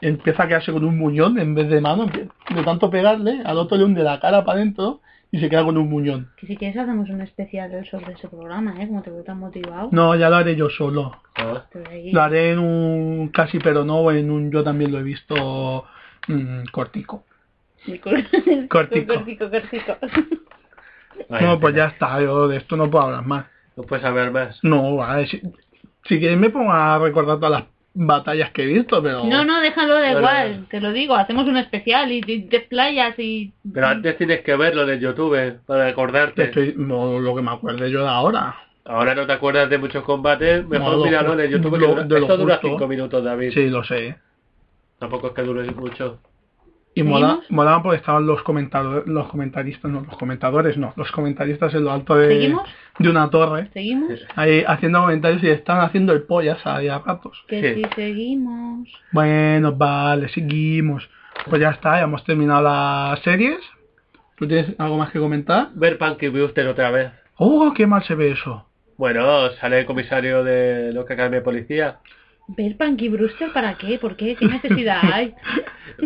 S5: y Empieza a quedarse con un muñón en vez de mano. De tanto pegarle, al otro le hunde la cara para adentro y se queda con un muñón.
S4: Que si quieres hacemos un especial sobre ese programa, ¿eh? Como te veo tan motivado.
S5: No, ya lo haré yo solo.
S3: Ah,
S4: Estoy ahí.
S5: Lo haré en un casi pero no, o en un yo también lo he visto mm, cortico.
S4: Muy cor-
S5: Cortico.
S4: Cortico, cortico.
S3: vaya
S5: No, pues
S3: tela.
S5: ya está, yo de esto no puedo hablar más.
S3: No puedes saber más.
S5: No, a ver, si, si queréis me pongo a recordar todas las batallas que he visto, pero...
S4: No, no, déjalo de
S3: Vale,
S4: igual,
S3: vale.
S4: te lo digo, hacemos un especial y te, te playas y...
S3: Pero antes tienes que verlo en el YouTube eh, para acordarte.
S5: Estoy, no, lo que me acuerde yo de ahora.
S3: Ahora no te acuerdas de muchos combates, mejor
S5: No, lo
S3: míralo en el
S5: ju-
S3: YouTube.
S5: lo-
S3: Que
S5: de lo
S3: esto dura
S5: justo.
S3: 5 minutos, David.
S5: Sí, lo sé.
S3: Tampoco es que dure mucho.
S5: Y mola,
S4: ¿Seguimos?
S5: molaban porque estaban los comentadores, los comentaristas, no, los comentadores no, los comentaristas en lo alto de,
S4: ¿Seguimos?
S5: de una torre,
S4: ¿Seguimos?
S5: ahí haciendo comentarios y estaban haciendo el pollas ahí a ratos.
S4: Que
S3: Sí.
S4: si seguimos...
S5: Bueno, vale, seguimos. Pues ya está, ya hemos terminado las series. ¿Tú tienes algo más que comentar?
S3: Ver Punky Brewster otra vez.
S5: ¡Oh, qué mal se ve eso!
S3: Bueno, sale el comisario de los que academia de policía.
S4: ¿Ver Punky Brewster para qué? ¿Por qué? ¿Qué necesidad hay?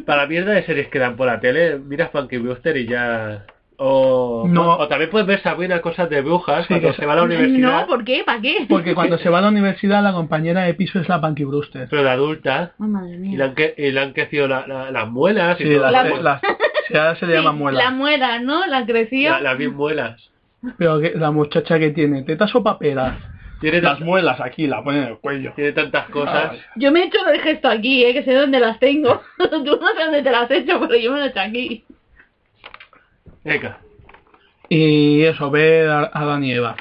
S3: Para mierda de series que dan por la tele, miras Punky Brewster y ya. O,
S5: No.
S3: o también puedes ver Sabrina cosas de brujas
S5: Sí,
S3: cuando
S5: que-
S3: se va a la universidad,
S4: No, pues- ¿por qué? ¿Para qué?
S5: Porque cuando se va a la universidad, la compañera de piso es la Punky Brewster.
S3: pero de adulta.
S4: Ay, madre
S3: Y
S4: mía.
S3: le han, que- y le han crecido la- la- las muelas y
S5: Sí,
S3: todo.
S5: las-
S4: La-
S5: las- sí, ahora se le
S4: Sí,
S5: llama muela.
S4: La muela, ¿no? La crecía.
S3: La- las mil muelas.
S5: Pero que, la muchacha que tiene tetas o paperas.
S3: Tiene, tan-
S5: Las muelas aquí, la ponen en el cuello.
S3: tiene tantas cosas.
S4: Yo me he hecho el gesto aquí, ¿eh? Que sé dónde las tengo. Tú no sé dónde te las has hecho, pero yo me lo he hecho aquí.
S3: Venga.
S5: Y eso, ver a, a Dani y Eva.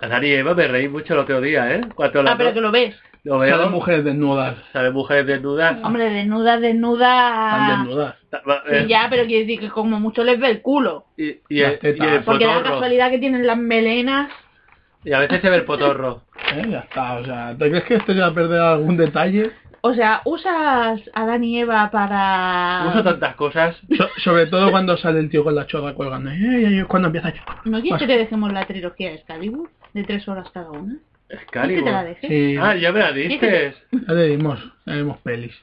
S3: A Dani y Eva me reí mucho el otro día, ¿eh? Cuando
S4: Ah,
S3: las
S4: pero
S3: dos-
S4: que lo ves.
S3: lo veo.
S5: Salen mujeres desnudas.
S3: Salen mujeres desnudas. Ah, eh,
S4: Hombre, desnuda,
S5: Están
S4: desnuda.
S5: desnudas.
S4: Sí, ya, pero quiere decir que como mucho les ve el culo.
S3: Y, y el,
S5: Las tetas.
S3: y el
S4: Porque la
S3: potorro.
S4: casualidad que tienen las melenas.
S3: Y a veces se ve el potorro.
S5: Eh, ya está, o sea, ¿te crees que esto se va a perder algún detalle?
S4: O sea, usas a Dan y Eva
S3: Uso
S4: para...
S3: tantas cosas.
S5: So- sobre todo cuando sale el tío con la chorra colgando. Eh, eh, eh, cuando empieza.
S4: ¿No quieres que te dejemos la trilogía de Excalibur? De tres horas cada una. ¿Quieres que
S3: Excalibur.
S4: te la deje?
S5: Sí,
S3: Ah, ya me la dices.
S5: ya le dimos, ya le dimos pelis.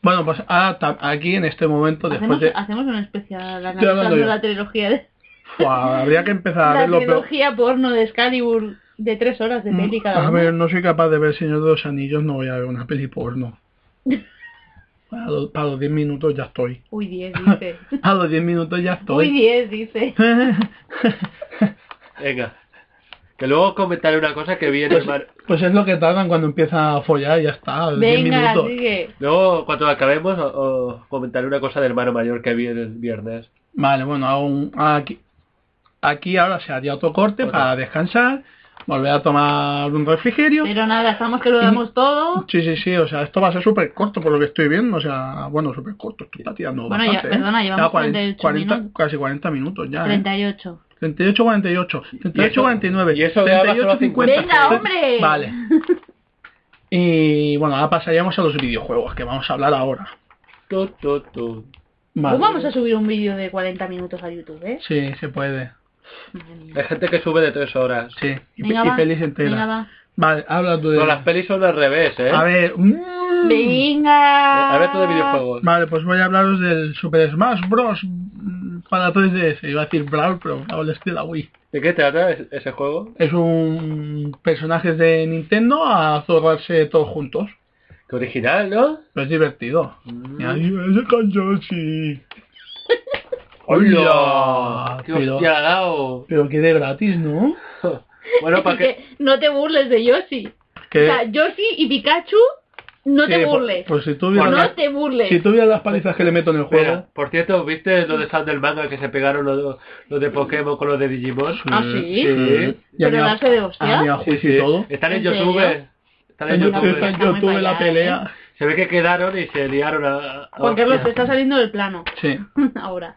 S5: Bueno, pues ahora ta- aquí en este momento, después
S4: Hacemos,
S5: de.
S4: hacemos un especial
S5: hablando
S4: analizando
S5: yo.
S4: la trilogía de...
S5: Buah, habría que empezar a
S4: La
S5: verlo, pero.
S4: trilogía porno de Excalibur de tres horas de peli cada
S5: Mm, A
S4: una.
S5: ver, no soy capaz de ver El Señor de los Anillos, no voy a ver una peli porno. A los, a los 10 minutos ya estoy.
S4: Uy, 10 dice.
S5: A los 10 minutos ya
S4: Uy,
S5: estoy.
S4: 10 dice.
S3: Venga. Que luego comentaré una cosa que vi en el mar.
S5: Pues es lo que tardan cuando empieza a follar, ya está. a los 10
S4: Venga,
S5: minutos.
S4: sigue.
S3: Luego, cuando acabemos, o- o comentaré una cosa del hermano mayor que vi el viernes.
S5: Vale, bueno, hago un- aquí, aquí ahora se haría otro corte
S3: Otro.
S5: para descansar, volver a tomar un refrigerio.
S4: Pero nada, estamos que lo damos todo.
S5: Sí, sí, sí, o sea, esto va a ser súper corto por lo que estoy viendo, o sea, bueno, súper corto, esto está tirando
S4: Bueno, ya,
S5: bastante. ¿eh?
S4: perdona, llevamos 48 minutos.
S5: Casi 40 minutos ya, ¿eh?
S4: 38.
S5: 38, 48, 38,
S3: eso-
S5: 49,
S3: y eso graba solo
S5: 38, 50.
S3: 50.
S4: ¡Venga, hombre!
S5: Vale. Y bueno, ahora pasaríamos a los videojuegos, que vamos a hablar ahora.
S3: Tu, tu, tu.
S5: Vale.
S4: Pues vamos a subir un vídeo de 40 minutos a YouTube, ¿eh?
S5: Sí, se puede,
S4: Madre mía.
S3: Hay gente que sube de tres horas.
S5: sí, y,
S4: Venga,
S5: y
S4: va.
S5: pelis enteras.
S4: Venga, va.
S5: Vale, habla tú de...
S3: No, las pelis son al revés, ¿eh?
S5: A ver... mm,
S4: Venga.
S3: Habla tú de videojuegos.
S5: Vale, pues voy a hablaros del Super Smash Bros. mm, para 3DS. Iba a decir Brawl, pero Brawl es de la Wii.
S3: ¿De qué trata es- ese juego?
S5: Es un personajes de Nintendo a zorrarse todos juntos.
S3: Qué original, ¿no?
S5: Pero es divertido. Y
S3: Mm.
S5: ahí, ese con Yoshi.
S3: ¡Hola! ¡Qué
S5: Pero,
S3: hostia ha dado!
S5: pero que de gratis, ¿no?
S3: Bueno, para que...
S4: Que no te burles de Yoshi. O
S5: Que,
S4: sea, Yoshi y Pikachu, no
S5: que,
S4: te burles.
S5: Pues, si tú vieras
S3: Bueno,
S5: las-
S4: no te burles.
S5: si tú vieras las palizas que le meto en el juego.
S3: Espera, por cierto, ¿viste lo de Sand del manga que se pegaron los, dos- los de Pokémon con los de Digimon?
S4: ¿Ah, sí?
S5: Mm, Sí. Y
S4: Pero
S5: había-
S4: darse de hostia.
S5: había juicio Ah, y todo.
S3: Están en
S4: ¿En
S3: YouTube.
S4: serio?
S3: Están en
S4: YouTube
S5: Entonces,
S4: está
S3: YouTube.
S5: yo
S4: muy
S5: tuve la
S4: fallada, ¿eh?
S5: pelea.
S3: Se ve que quedaron y se liaron a... a-
S4: Juan Carlos te está saliendo del plano.
S5: Sí.
S4: Ahora.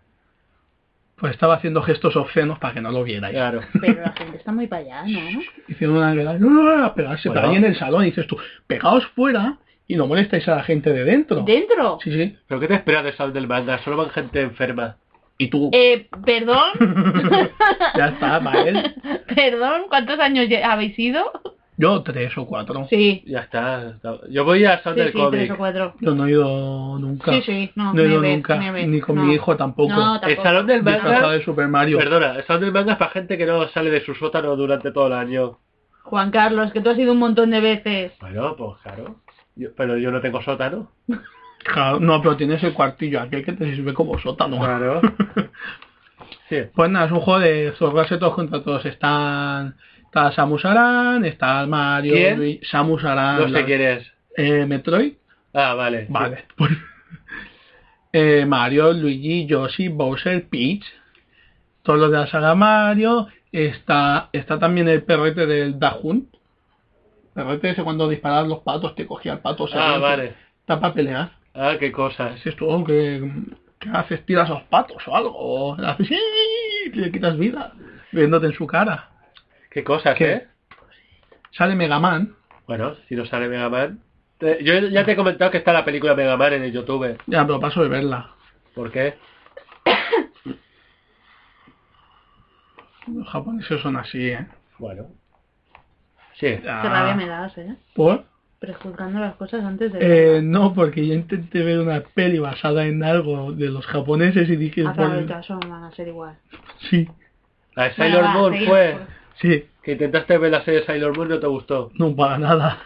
S5: Pues estaba haciendo gestos obscenos para que no lo vierais.
S3: Claro.
S4: Pero la gente está muy para allá, ¿no?
S5: Hicieron una guerra, no, no, no, a pegarse,
S3: Bueno.
S5: pero ahí en el salón, y dices tú, pegaos fuera y no molestáis a la gente de dentro.
S4: ¿Dentro?
S5: Sí, sí.
S3: ¿Pero qué te esperas de Sound del Manga? Solo van gente enferma.
S5: Y tú,
S4: Eh, perdón,
S5: ya está, Mael.
S4: perdón, ¿cuántos años lle- habéis sido?
S5: Yo tres o cuatro.
S4: Sí,
S3: Ya está. Yo voy a Sound
S4: sí,
S3: del
S4: sí, tres o
S3: cómic.
S4: cuatro.
S5: Yo no he ido nunca.
S4: Sí, sí, no,
S5: he ido
S4: never,
S5: nunca.
S4: never,
S5: Ni con
S4: no.
S5: mi hijo tampoco.
S4: No,
S3: El
S4: tampoco.
S3: Salón del
S5: Disfrazado
S3: Manga...
S5: de Super Mario.
S3: Perdona, el Sound del Manga es para gente que no sale de su sótano durante todo el año.
S4: Juan Carlos, que tú has ido un montón de veces.
S3: Bueno, pues claro. Yo- pero yo no tengo sótano.
S5: Claro, no, pero tienes el cuartillo aquel que te sirve como sótano.
S3: Claro. Sí.
S5: Pues nada, es un juego de zorrarse todos contra todos. Están, está Samus Aran, está Mario,
S3: ¿Quién?
S5: Luigi- Samus Aran,
S3: No sé
S5: la-
S3: quién es.
S5: eh, Metroid,
S3: Ah, vale.
S5: vale, pues, eh, Mario, Luigi, Yoshi, Bowser, Peach, todos los de la saga Mario, está, está también el perrete del Dajun. Perrete ese cuando disparabas los patos, te cogía el pato,
S3: Ah,
S5: serpiente.
S3: vale.
S5: está para pelear.
S3: Ah, qué cosas.
S5: Dices tú, "Oh, que, que haces tiras a los patos o algo, o le haces "Ii", y le quitas vida, viéndote en su cara.
S3: Qué cosas,
S5: ¿Qué?
S3: ¿eh?
S5: Sale Mega Man,
S3: Bueno, si no sale Mega Man. Te- Yo ya te he comentado que está la película Mega Man en el YouTube.
S5: ya pero paso de verla.
S3: ¿Por qué?
S5: Los japoneses son así, ¿eh?
S3: Bueno. Sí.
S5: Ah,
S4: Qué rabia me das, ¿eh?
S5: ¿Por?
S4: Prejuzgando las cosas antes de...
S5: Eh, no, porque yo intenté ver una peli basada en algo de los japoneses y dije,
S4: Ah, claro, el
S5: bueno,
S4: caso van a ser igual.
S5: sí,
S3: La de Sailor
S4: Bueno, va,
S3: Moon
S4: seguimos,
S3: fue.
S4: pues.
S5: sí,
S3: Que intentaste ver la serie de Sailor Moon y no te gustó.
S5: no para nada.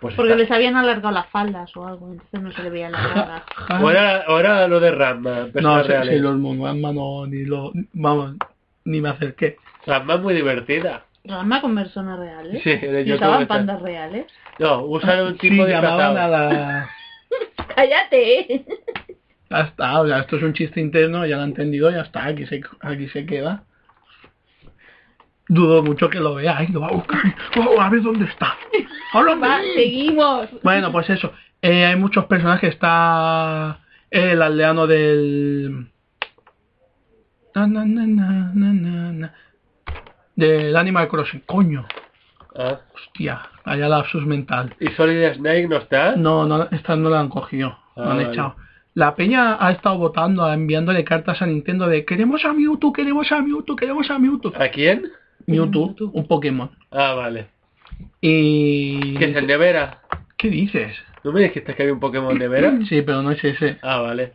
S3: Pues
S4: Porque
S3: está.
S4: les habían alargado las faldas o algo, entonces no se le veía la cara.
S3: O era, o era lo de Ramma,
S5: no,
S3: personas
S5: sí,
S3: reales.
S5: sí, los Moon, no, ni lo, vamos, ni me acerqué.
S3: Ranma es muy divertida.
S4: Rama con personas reales.
S3: Sí, en el
S4: y
S3: YouTube
S4: usaban
S3: está.
S4: pandas reales.
S3: No, usan un tipo
S5: sí,
S3: de
S5: llamaban a la...
S4: ¡Cállate! eh!
S5: Ya está, o sea, esto es un chiste interno, ya lo he entendido, ya está, aquí se, aquí se queda. Dudo mucho que lo vea, ay, lo va a buscar, wow, a ver dónde está. Háblame.
S4: Va, seguimos.
S5: Bueno, pues eso, eh, hay muchos personajes, está el aldeano del... Na, na, na, na, na, na, na. Del Animal Crossing, coño,
S3: Ah.
S5: hostia, vaya lapsus mental.
S3: ¿Y Solid Snake no está?
S5: No, no, estas no la han cogido. no
S3: Ah,
S5: han
S3: vale.
S5: echado. La peña ha estado votando, enviándole cartas a Nintendo de queremos a Mewtwo, queremos a Mewtwo, queremos a Mewtwo.
S3: ¿A quién?
S5: Mewtwo,
S4: Mewtwo.
S5: un Pokémon.
S3: Ah, vale.
S5: Y...
S3: ¿Que es el Nevera?
S5: ¿Qué dices?
S3: ¿No me dijiste que había un Pokémon Nevera?
S5: Sí, pero no es ese.
S3: Ah, vale.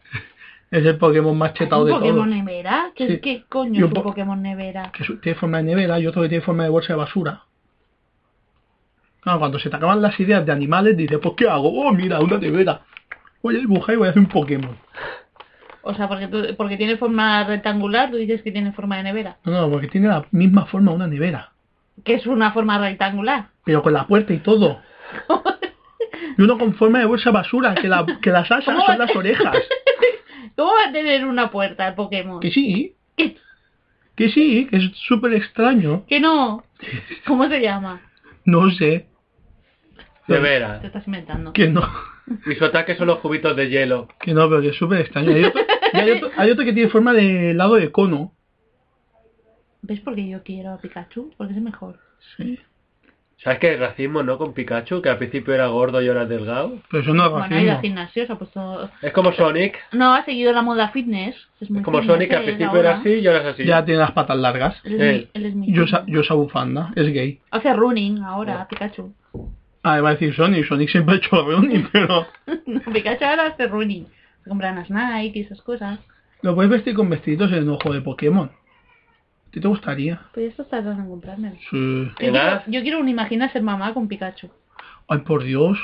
S5: Es el Pokémon más chetado
S4: ¿Un
S5: de
S4: Pokémon
S5: todos.
S4: nevera? ¿Qué,
S5: Sí.
S4: qué
S5: Y
S4: coño
S5: un
S4: es un
S5: po-
S4: Pokémon nevera?
S5: Que su- tiene forma de nevera y otro que tiene forma de bolsa de basura. Claro, cuando se te acaban las ideas de animales, dices, pues ¿qué hago? Oh, mira, una nevera. Voy a dibujar y voy a hacer un Pokémon.
S4: O sea, porque, tú- porque tiene forma rectangular, tú dices que tiene forma de nevera.
S5: No, no, porque tiene la misma forma una nevera.
S4: Que es una forma rectangular.
S5: pero con la puerta y todo. Y uno con forma de bolsa de basura, que, la, que las asas
S4: ¿Cómo va
S5: son
S4: a
S5: las orejas.
S4: ¿Cómo va a tener una puerta el Pokémon?
S5: Que sí. Que sí, que es súper extraño.
S4: Que no. ¿Cómo se llama?
S5: No sé,
S3: Nevera.
S4: Te estás inventando.
S5: que no,
S3: Y su ataque son los cubitos de hielo.
S5: que no, pero que es súper extraño. Hay otro, y hay, otro, hay otro que tiene forma de helado de cono.
S4: ¿Ves por qué yo quiero a Pikachu? Porque es el mejor.
S5: Sí,
S3: ¿Sabes qué? Racismo, ¿no? Con Pikachu, que al principio era gordo y ahora es delgado.
S5: pero eso no es
S4: Bueno, ha ido al
S5: racismo.
S4: gimnasio, se ha puesto...
S3: Es como Sonic.
S4: No, ha seguido la moda fitness. Es, muy
S3: Es como
S4: fitness, eh,
S3: Sonic, que al
S4: él
S3: principio
S4: ahora.
S3: era así eh. y ahora es así.
S5: Ya tiene las patas largas.
S4: Él es
S3: Sí.
S4: mi- él es mi
S5: Y usa,
S4: fitness.
S5: y usa bufanda, es gay.
S4: Hace running ahora, Pikachu.
S5: Ah, iba a decir Sonic, Sonic siempre ha hecho running, pero...
S4: No, Pikachu ahora hace running. Se compran las Nike y esas cosas.
S5: Lo puedes vestir con vestiditos en un ojo de Pokémon. ¿A ti te gustaría?
S4: Pues esto está dando en comprármelo.
S5: Sí.
S4: Yo quiero,
S3: Edad.
S4: yo quiero un imagina ser mamá con Pikachu.
S5: Ay, por Dios.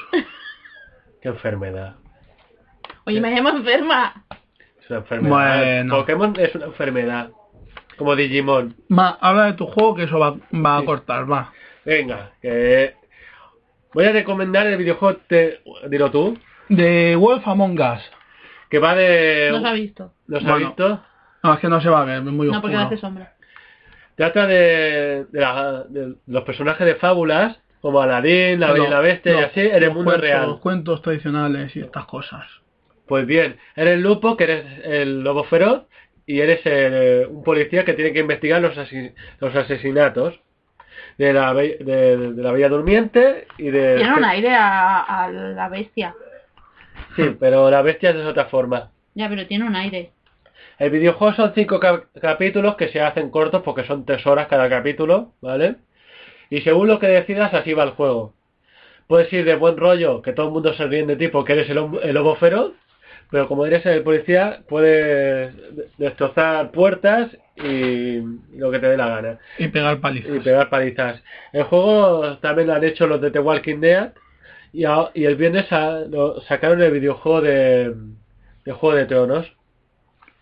S3: Qué enfermedad.
S4: Oye, me llamo enferma.
S3: Es una enfermedad.
S5: Bueno.
S3: Pokémon es una enfermedad. Como Digimon.
S5: Ma, habla de tu juego que eso va, va a cortar, va.
S3: Venga, que... Voy a recomendar el videojuego, te... dilo tú,
S5: De Wolf Among Us.
S3: que va de...
S4: No se ha visto.
S3: ¿Los ha
S5: Bueno.
S3: visto?
S5: No, es que no se va a ver, es muy
S4: No, porque
S5: oscuro.
S4: no hace sombra.
S3: Trata de, de la- de los personajes de fábulas, como Aladdin, La Bella y la
S5: No,
S3: Bestia y
S5: no,
S3: así, en el
S5: los
S3: mundo
S5: cuentos-
S3: real.
S5: Los cuentos tradicionales y estas cosas.
S3: Pues bien, eres Lupo, que eres el lobo feroz, y eres el- un policía que tiene que investigar los, asi- los asesinatos de la, be- de, de la Bella Durmiente y de...
S4: Tiene un aire a, a la bestia.
S3: Sí, pero la bestia es de otra forma.
S4: Ya, pero tiene un aire.
S3: El videojuego son cinco cap- capítulos que se hacen cortos porque son tres horas cada capítulo, ¿vale? Y según lo que decidas, así va el juego. Puedes ir de buen rollo, que todo el mundo se ríe de ti porque eres el, hom- el lobo feroz, pero como eres el policía, puedes de- destrozar puertas y lo que te dé la gana.
S5: Y pegar palizas.
S3: Y pegar palizas. El juego también lo han hecho los de The Walking Dead y, a- y el viernes sa- lo- sacaron el videojuego de, de Juego de Tronos.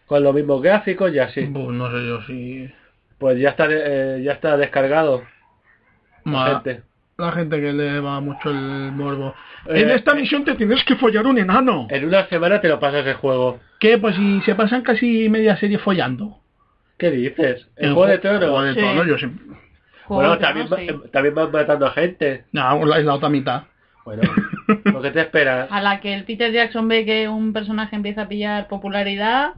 S3: Con los mismos gráficos y así.
S5: Buh, Pues no sé yo si...
S3: Pues ya está, de- eh, ya está descargado,
S5: Ma-
S3: gente.
S5: La gente que le va mucho el morbo.
S3: Eh,
S5: en esta
S3: eh.
S5: misión te tienes que follar un enano.
S3: En una semana te lo pasas el juego.
S5: ¿Qué? Pues si se pasan casi media serie follando.
S3: ¿Qué dices? ¿El
S5: En
S3: Juego de
S5: ju- Juego de
S3: Tronos?
S4: Sí.
S5: Tronos, yo siempre...
S4: Joder,
S3: Bueno,
S4: no
S3: también, va-
S4: sé.
S3: eh, también van matando a gente.
S5: No, es la otra mitad.
S3: Bueno, ¿lo que te esperas?
S4: A la que el Peter Jackson ve que un personaje empieza a pillar popularidad,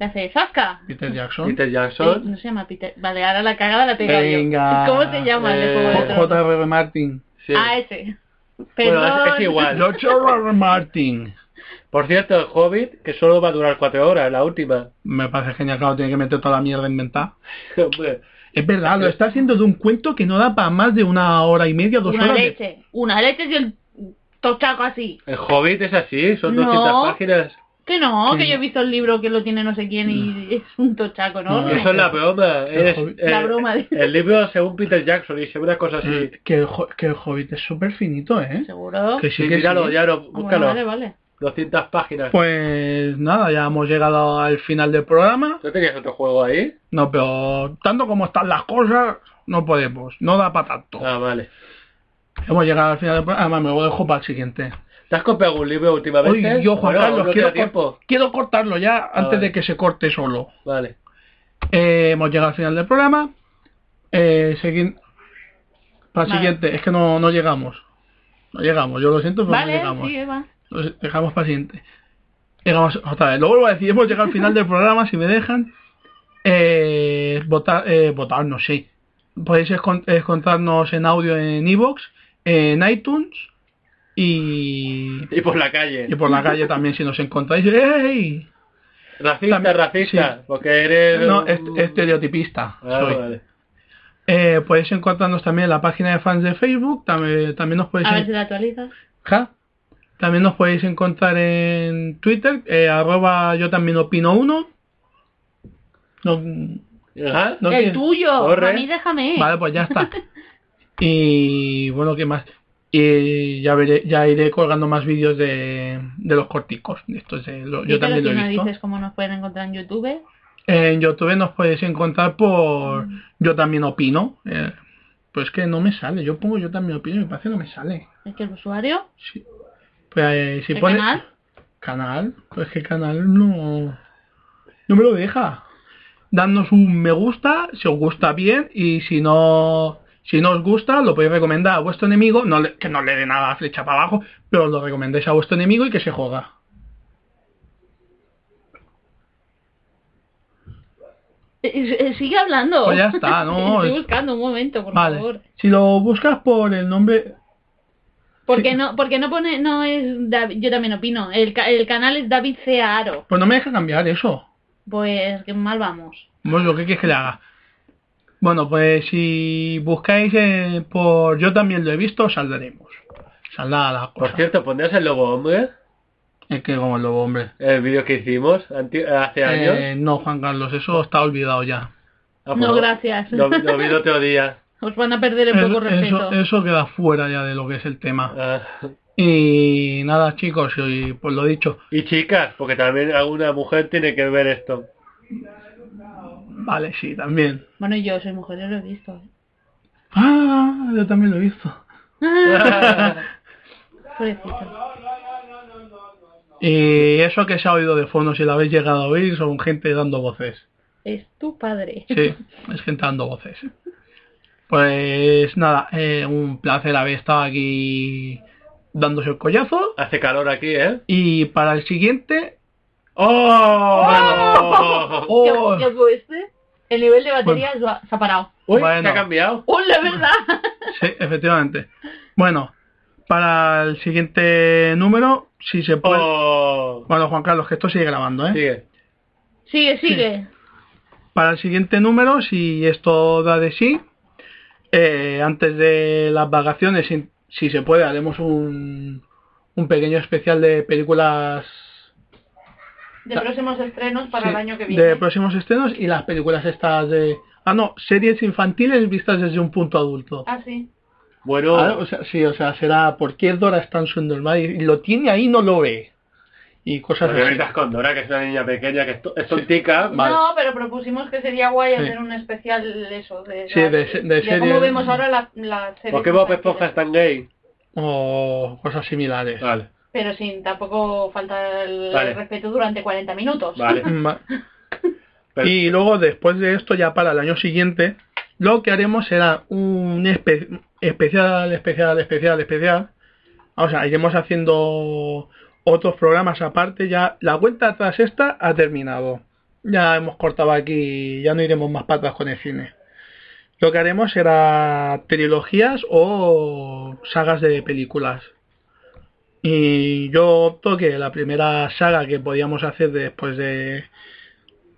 S4: le hace ¡Zasca!
S5: Peter Jackson.
S3: Peter
S4: Eh,
S3: Jackson.
S4: no se llama Peter. Vale, ahora la cagada la pega
S5: Venga. eh,
S4: yo. ¿Cómo se llama el de Juego de
S3: Eh,
S4: Tronos?
S5: J.R.R. Martin.
S3: sí.
S4: Ah, ese.
S3: Bueno,
S4: Perdón.
S3: es- es igual.
S5: J.R.R. Martin.
S3: Por cierto, el Hobbit, que solo va a durar cuatro horas, la última.
S5: Me parece genial, claro, tiene que meter toda la mierda inventada.
S3: Hombre,
S5: Es verdad, lo está haciendo de un cuento que no da para más de una hora y media, dos
S4: Una
S5: horas. de-
S4: leche. Una leche y el tochaco así.
S3: El Hobbit es así, son
S4: No.
S3: 200 páginas.
S4: Que no,
S5: Sí. Mm.
S4: que yo he visto el libro que lo tiene no sé quién y es un tochaco, ¿no?
S5: No,
S3: Eso es la broma.
S5: El
S3: es-
S5: Hobbit.
S4: La
S3: eh,
S4: broma de...
S3: El libro según Peter Jackson y según una cosa así.
S5: Eh, que, el, jo- que el Hobbit es súper finito, ¿eh?
S4: Seguro.
S5: Que
S3: Sí,
S5: sí que
S3: míralo,
S5: sí.
S3: ya lo-
S4: Ah, bueno,
S3: búscalo.
S4: vale, vale.
S3: 200 páginas.
S5: Pues nada, ya hemos llegado al final del programa.
S3: ¿No tenías otro juego ahí?
S5: No, pero tanto como están las cosas, no podemos. No da para tanto.
S3: Ah, vale.
S5: Hemos llegado al final del programa. Me lo dejo para el siguiente.
S3: ¿Te has comprado algún libro
S5: Uy,
S3: últimamente?
S5: yo, Juan
S3: Bueno,
S5: Carlos,
S3: no te da
S5: quiero,
S3: tiempo.
S5: cor- quiero cortarlo ya antes
S3: vale.
S5: de que se corte solo.
S3: Vale.
S5: Eh, hemos llegado al final del programa. Eh, segui- Para el
S4: Vale.
S5: siguiente, es que no, no llegamos. No llegamos, yo lo siento, pero no
S4: Vale,
S5: llegamos.
S4: sí, Eva.
S5: Lo dejamos para el siguiente. Llegamos otra vez. Lo vuelvo a decir, hemos llegado al final del programa, si me dejan. Eh, votar, eh, votarnos, sí. Podéis escon- encontrarnos en audio en Evox, en iTunes y,
S3: Y por la calle.
S5: y por la calle también si nos encontráis. ¡Ey!
S3: Racista,
S5: También-
S3: racista.
S5: sí.
S3: Porque eres...
S5: No,
S3: un-
S5: est- estereotipista.
S3: Ah,
S5: soy.
S3: vale.
S5: Eh, podéis encontrarnos también en la página de fans de Facebook. También, también nos podéis
S4: A ver
S5: en-
S4: si la actualizas.
S5: Ja. También nos podéis encontrar en Twitter, eh, arroba yo también opino uno. No, Ah, no
S3: Ajá.
S5: tiene-
S4: el tuyo.
S3: Corre.
S4: A mí déjame.
S5: Vale, pues ya está. Y bueno, ¿qué más? Y ya veré, ya iré colgando más vídeos de, de los corticos. Esto es de lo-
S4: Díselo
S5: yo también lo
S4: si
S5: he
S4: no
S5: visto.
S4: dices cómo nos pueden encontrar en YouTube.
S5: En YouTube nos podéis encontrar por
S4: Mm.
S5: Yo también opino. eh, pues que no me sale. Yo pongo Yo también opino y me parece que no me sale.
S4: Es que el usuario,
S5: Sí. Pues, eh, si
S4: el
S5: pone-
S4: canal,
S5: Canal, pues que canal no. No me lo deja. Dadnos un me gusta, si os gusta bien, y si no. Si no os gusta, lo podéis recomendar a vuestro enemigo, no le- que no le dé nada a flecha para abajo, pero lo recomendéis a vuestro enemigo y que se joda.
S4: Eh, eh, sigue hablando.
S5: Pues ya está, no,
S4: Estoy
S5: es-
S4: buscando un momento, por
S5: vale.
S4: favor.
S5: Si lo buscas por el nombre.
S4: Porque
S5: Sí.
S4: no, porque no pone, no es David- yo también opino. El, ca- el canal es David Cea Aro.
S5: Pues no me deja cambiar eso.
S4: Pues que mal vamos.
S5: Pues lo que quieres que le haga. Bueno, pues si buscáis eh, por yo también lo he visto, saldremos. Saldrá la cosa.
S3: Por cierto, ¿pondrías el lobo hombre?
S5: Es que como el lobo, hombre.
S3: El vídeo que hicimos anti- hace años.
S5: Eh, no, Juan Carlos, eso está olvidado ya.
S3: Ah, pues
S4: No, gracias.
S3: Lo, lo vi el otro día.
S4: Os van a perder en poco
S5: Es- eso,
S4: respeto.
S5: eso queda fuera ya de lo que es el tema.
S3: Ah,
S5: Y nada, chicos, y por lo dicho,
S3: y chicas, porque también alguna mujer tiene que ver esto.
S5: vale, sí, también.
S4: Bueno, yo soy mujer, yo lo he visto. ¿eh?
S5: Ah, yo también lo he visto.
S4: Pobrecito.
S5: Y eso que se ha oído de fondo, si lo habéis llegado a oír, son gente dando voces.
S4: Es tu padre.
S5: Sí, es gente dando voces. Pues nada, eh, un placer haber estado aquí dándose el collazo.
S3: Hace calor aquí, ¿eh?
S5: Y para el siguiente...
S3: ¡Oh! bueno.
S4: ¡Oh!
S5: ¡Oh!
S4: ¿Qué- qué fue este? El nivel de batería se ha- se ha parado.
S3: Uy,
S5: Bueno.
S3: ¿qué ha cambiado?
S4: ¡Hola, verdad!
S5: Sí, efectivamente. Bueno, para el siguiente número, si se puede...
S3: ¡Oh!
S5: Bueno, Juan Carlos, que esto sigue grabando, ¿eh?
S3: Sigue.
S4: Sigue, sigue.
S5: Para el siguiente número, si esto da de sí, eh, antes de las vacaciones, si, si se puede, haremos un, un pequeño especial de películas
S4: De próximos estrenos para
S5: sí,
S4: el año que viene.
S5: de próximos estrenos y las películas estas de... Ah, no, series infantiles vistas desde un punto adulto.
S4: Ah, sí.
S3: Bueno,
S5: Ah, o sea, sí, o sea, será porque Dora está en su normal y lo tiene ahí y no lo ve. Y cosas
S3: porque
S5: así.
S3: estás con Dora, que es una niña pequeña, que es, to- es tontica.
S5: Ah, Vale.
S4: No, pero propusimos que sería guay
S5: Sí.
S4: hacer un especial eso, de,
S5: Sí, de se- de serie-
S4: cómo vemos ahora la, la serie.
S3: ¿Por qué Bob Esponja es tan gay?
S5: O cosas similares.
S3: Vale,
S4: Pero sin tampoco faltar el
S3: Vale.
S4: respeto durante 40 minutos.
S3: vale.
S5: Ma-
S3: Pero-
S5: Y luego después de esto, ya para el año siguiente, lo que haremos será un espe- especial, especial, especial, especial. O sea, iremos haciendo otros programas aparte. Ya la cuenta atrás esta ha terminado. Ya hemos cortado aquí, ya no iremos más para atrás con el cine. Lo que haremos será trilogías o sagas de películas. Y yo opto que la primera saga que podíamos hacer después de,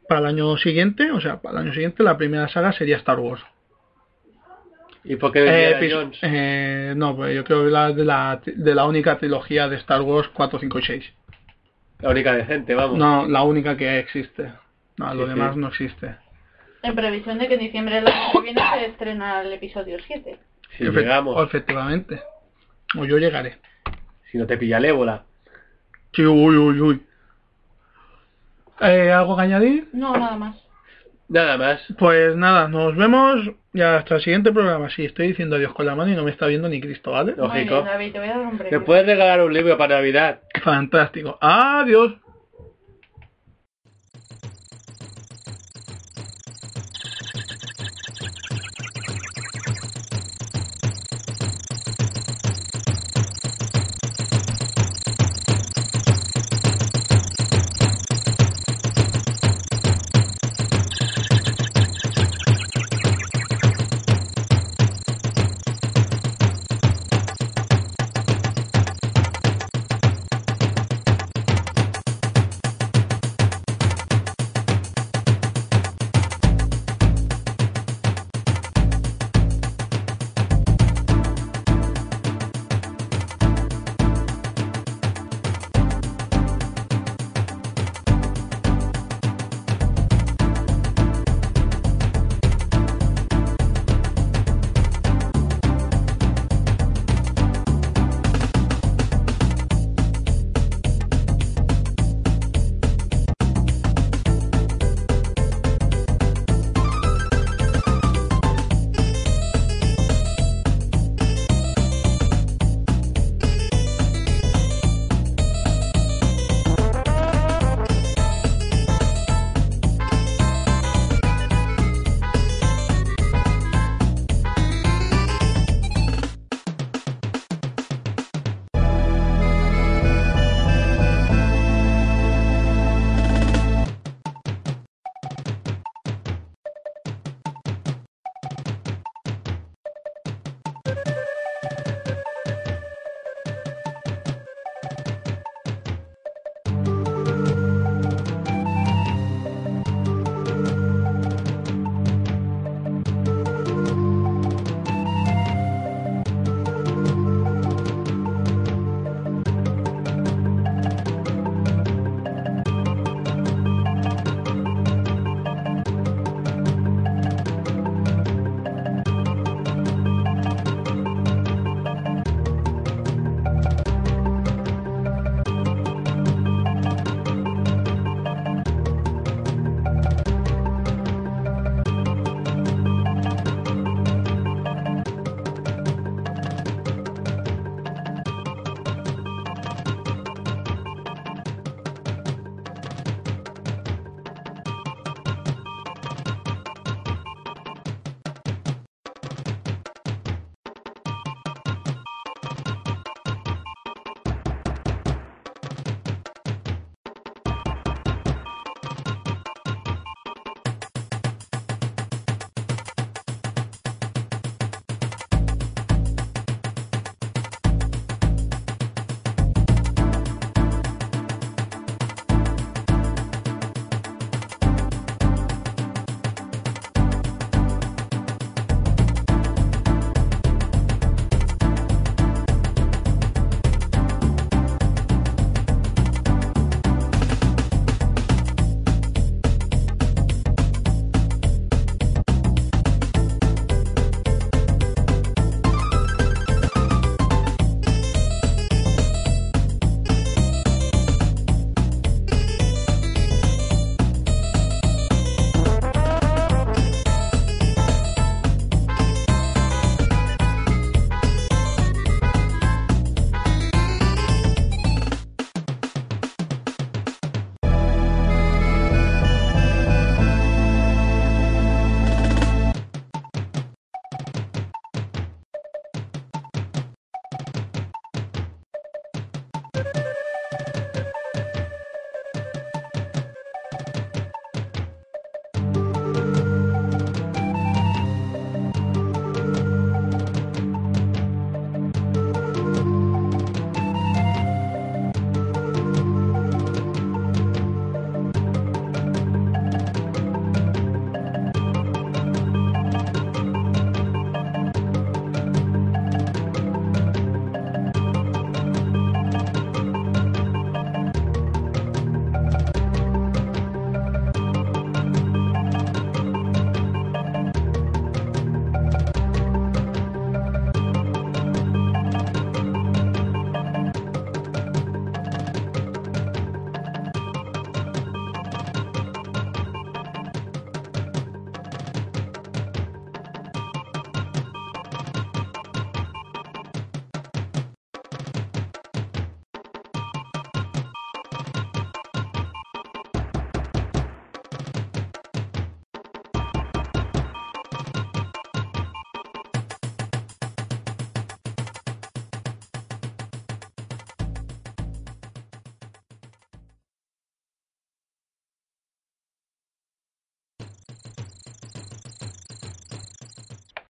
S5: para el año siguiente, o sea, para el año siguiente la primera saga sería Star Wars.
S3: ¿Y por qué
S5: Eh,
S3: Indiana
S5: pis-
S3: Jones?
S5: eh, no, pues yo creo que la de, la, de la única trilogía de Star Wars 4, 5 y 6.
S3: La única decente, vamos.
S5: No, la única que existe. No, lo
S3: Sí, sí.
S5: demás no existe.
S4: En previsión de que en diciembre del año que viene se estrena el episodio 7.
S3: Si
S5: Efe- o
S3: llegamos,
S5: efectivamente. O yo llegaré.
S3: si no te pilla el ébola.
S5: Sí, uy, uy, uy. Eh, ¿Algo que añadir?
S4: No, nada más.
S3: Nada más.
S5: Pues nada, nos vemos y hasta el siguiente programa. Sí, estoy diciendo adiós con la mano y no me está viendo ni Cristo, ¿vale?
S3: No. Lógico.
S4: Muy bien, David, te voy a dar un premio.
S3: ¿Me puedes regalar un libro para Navidad?
S5: Fantástico. Adiós.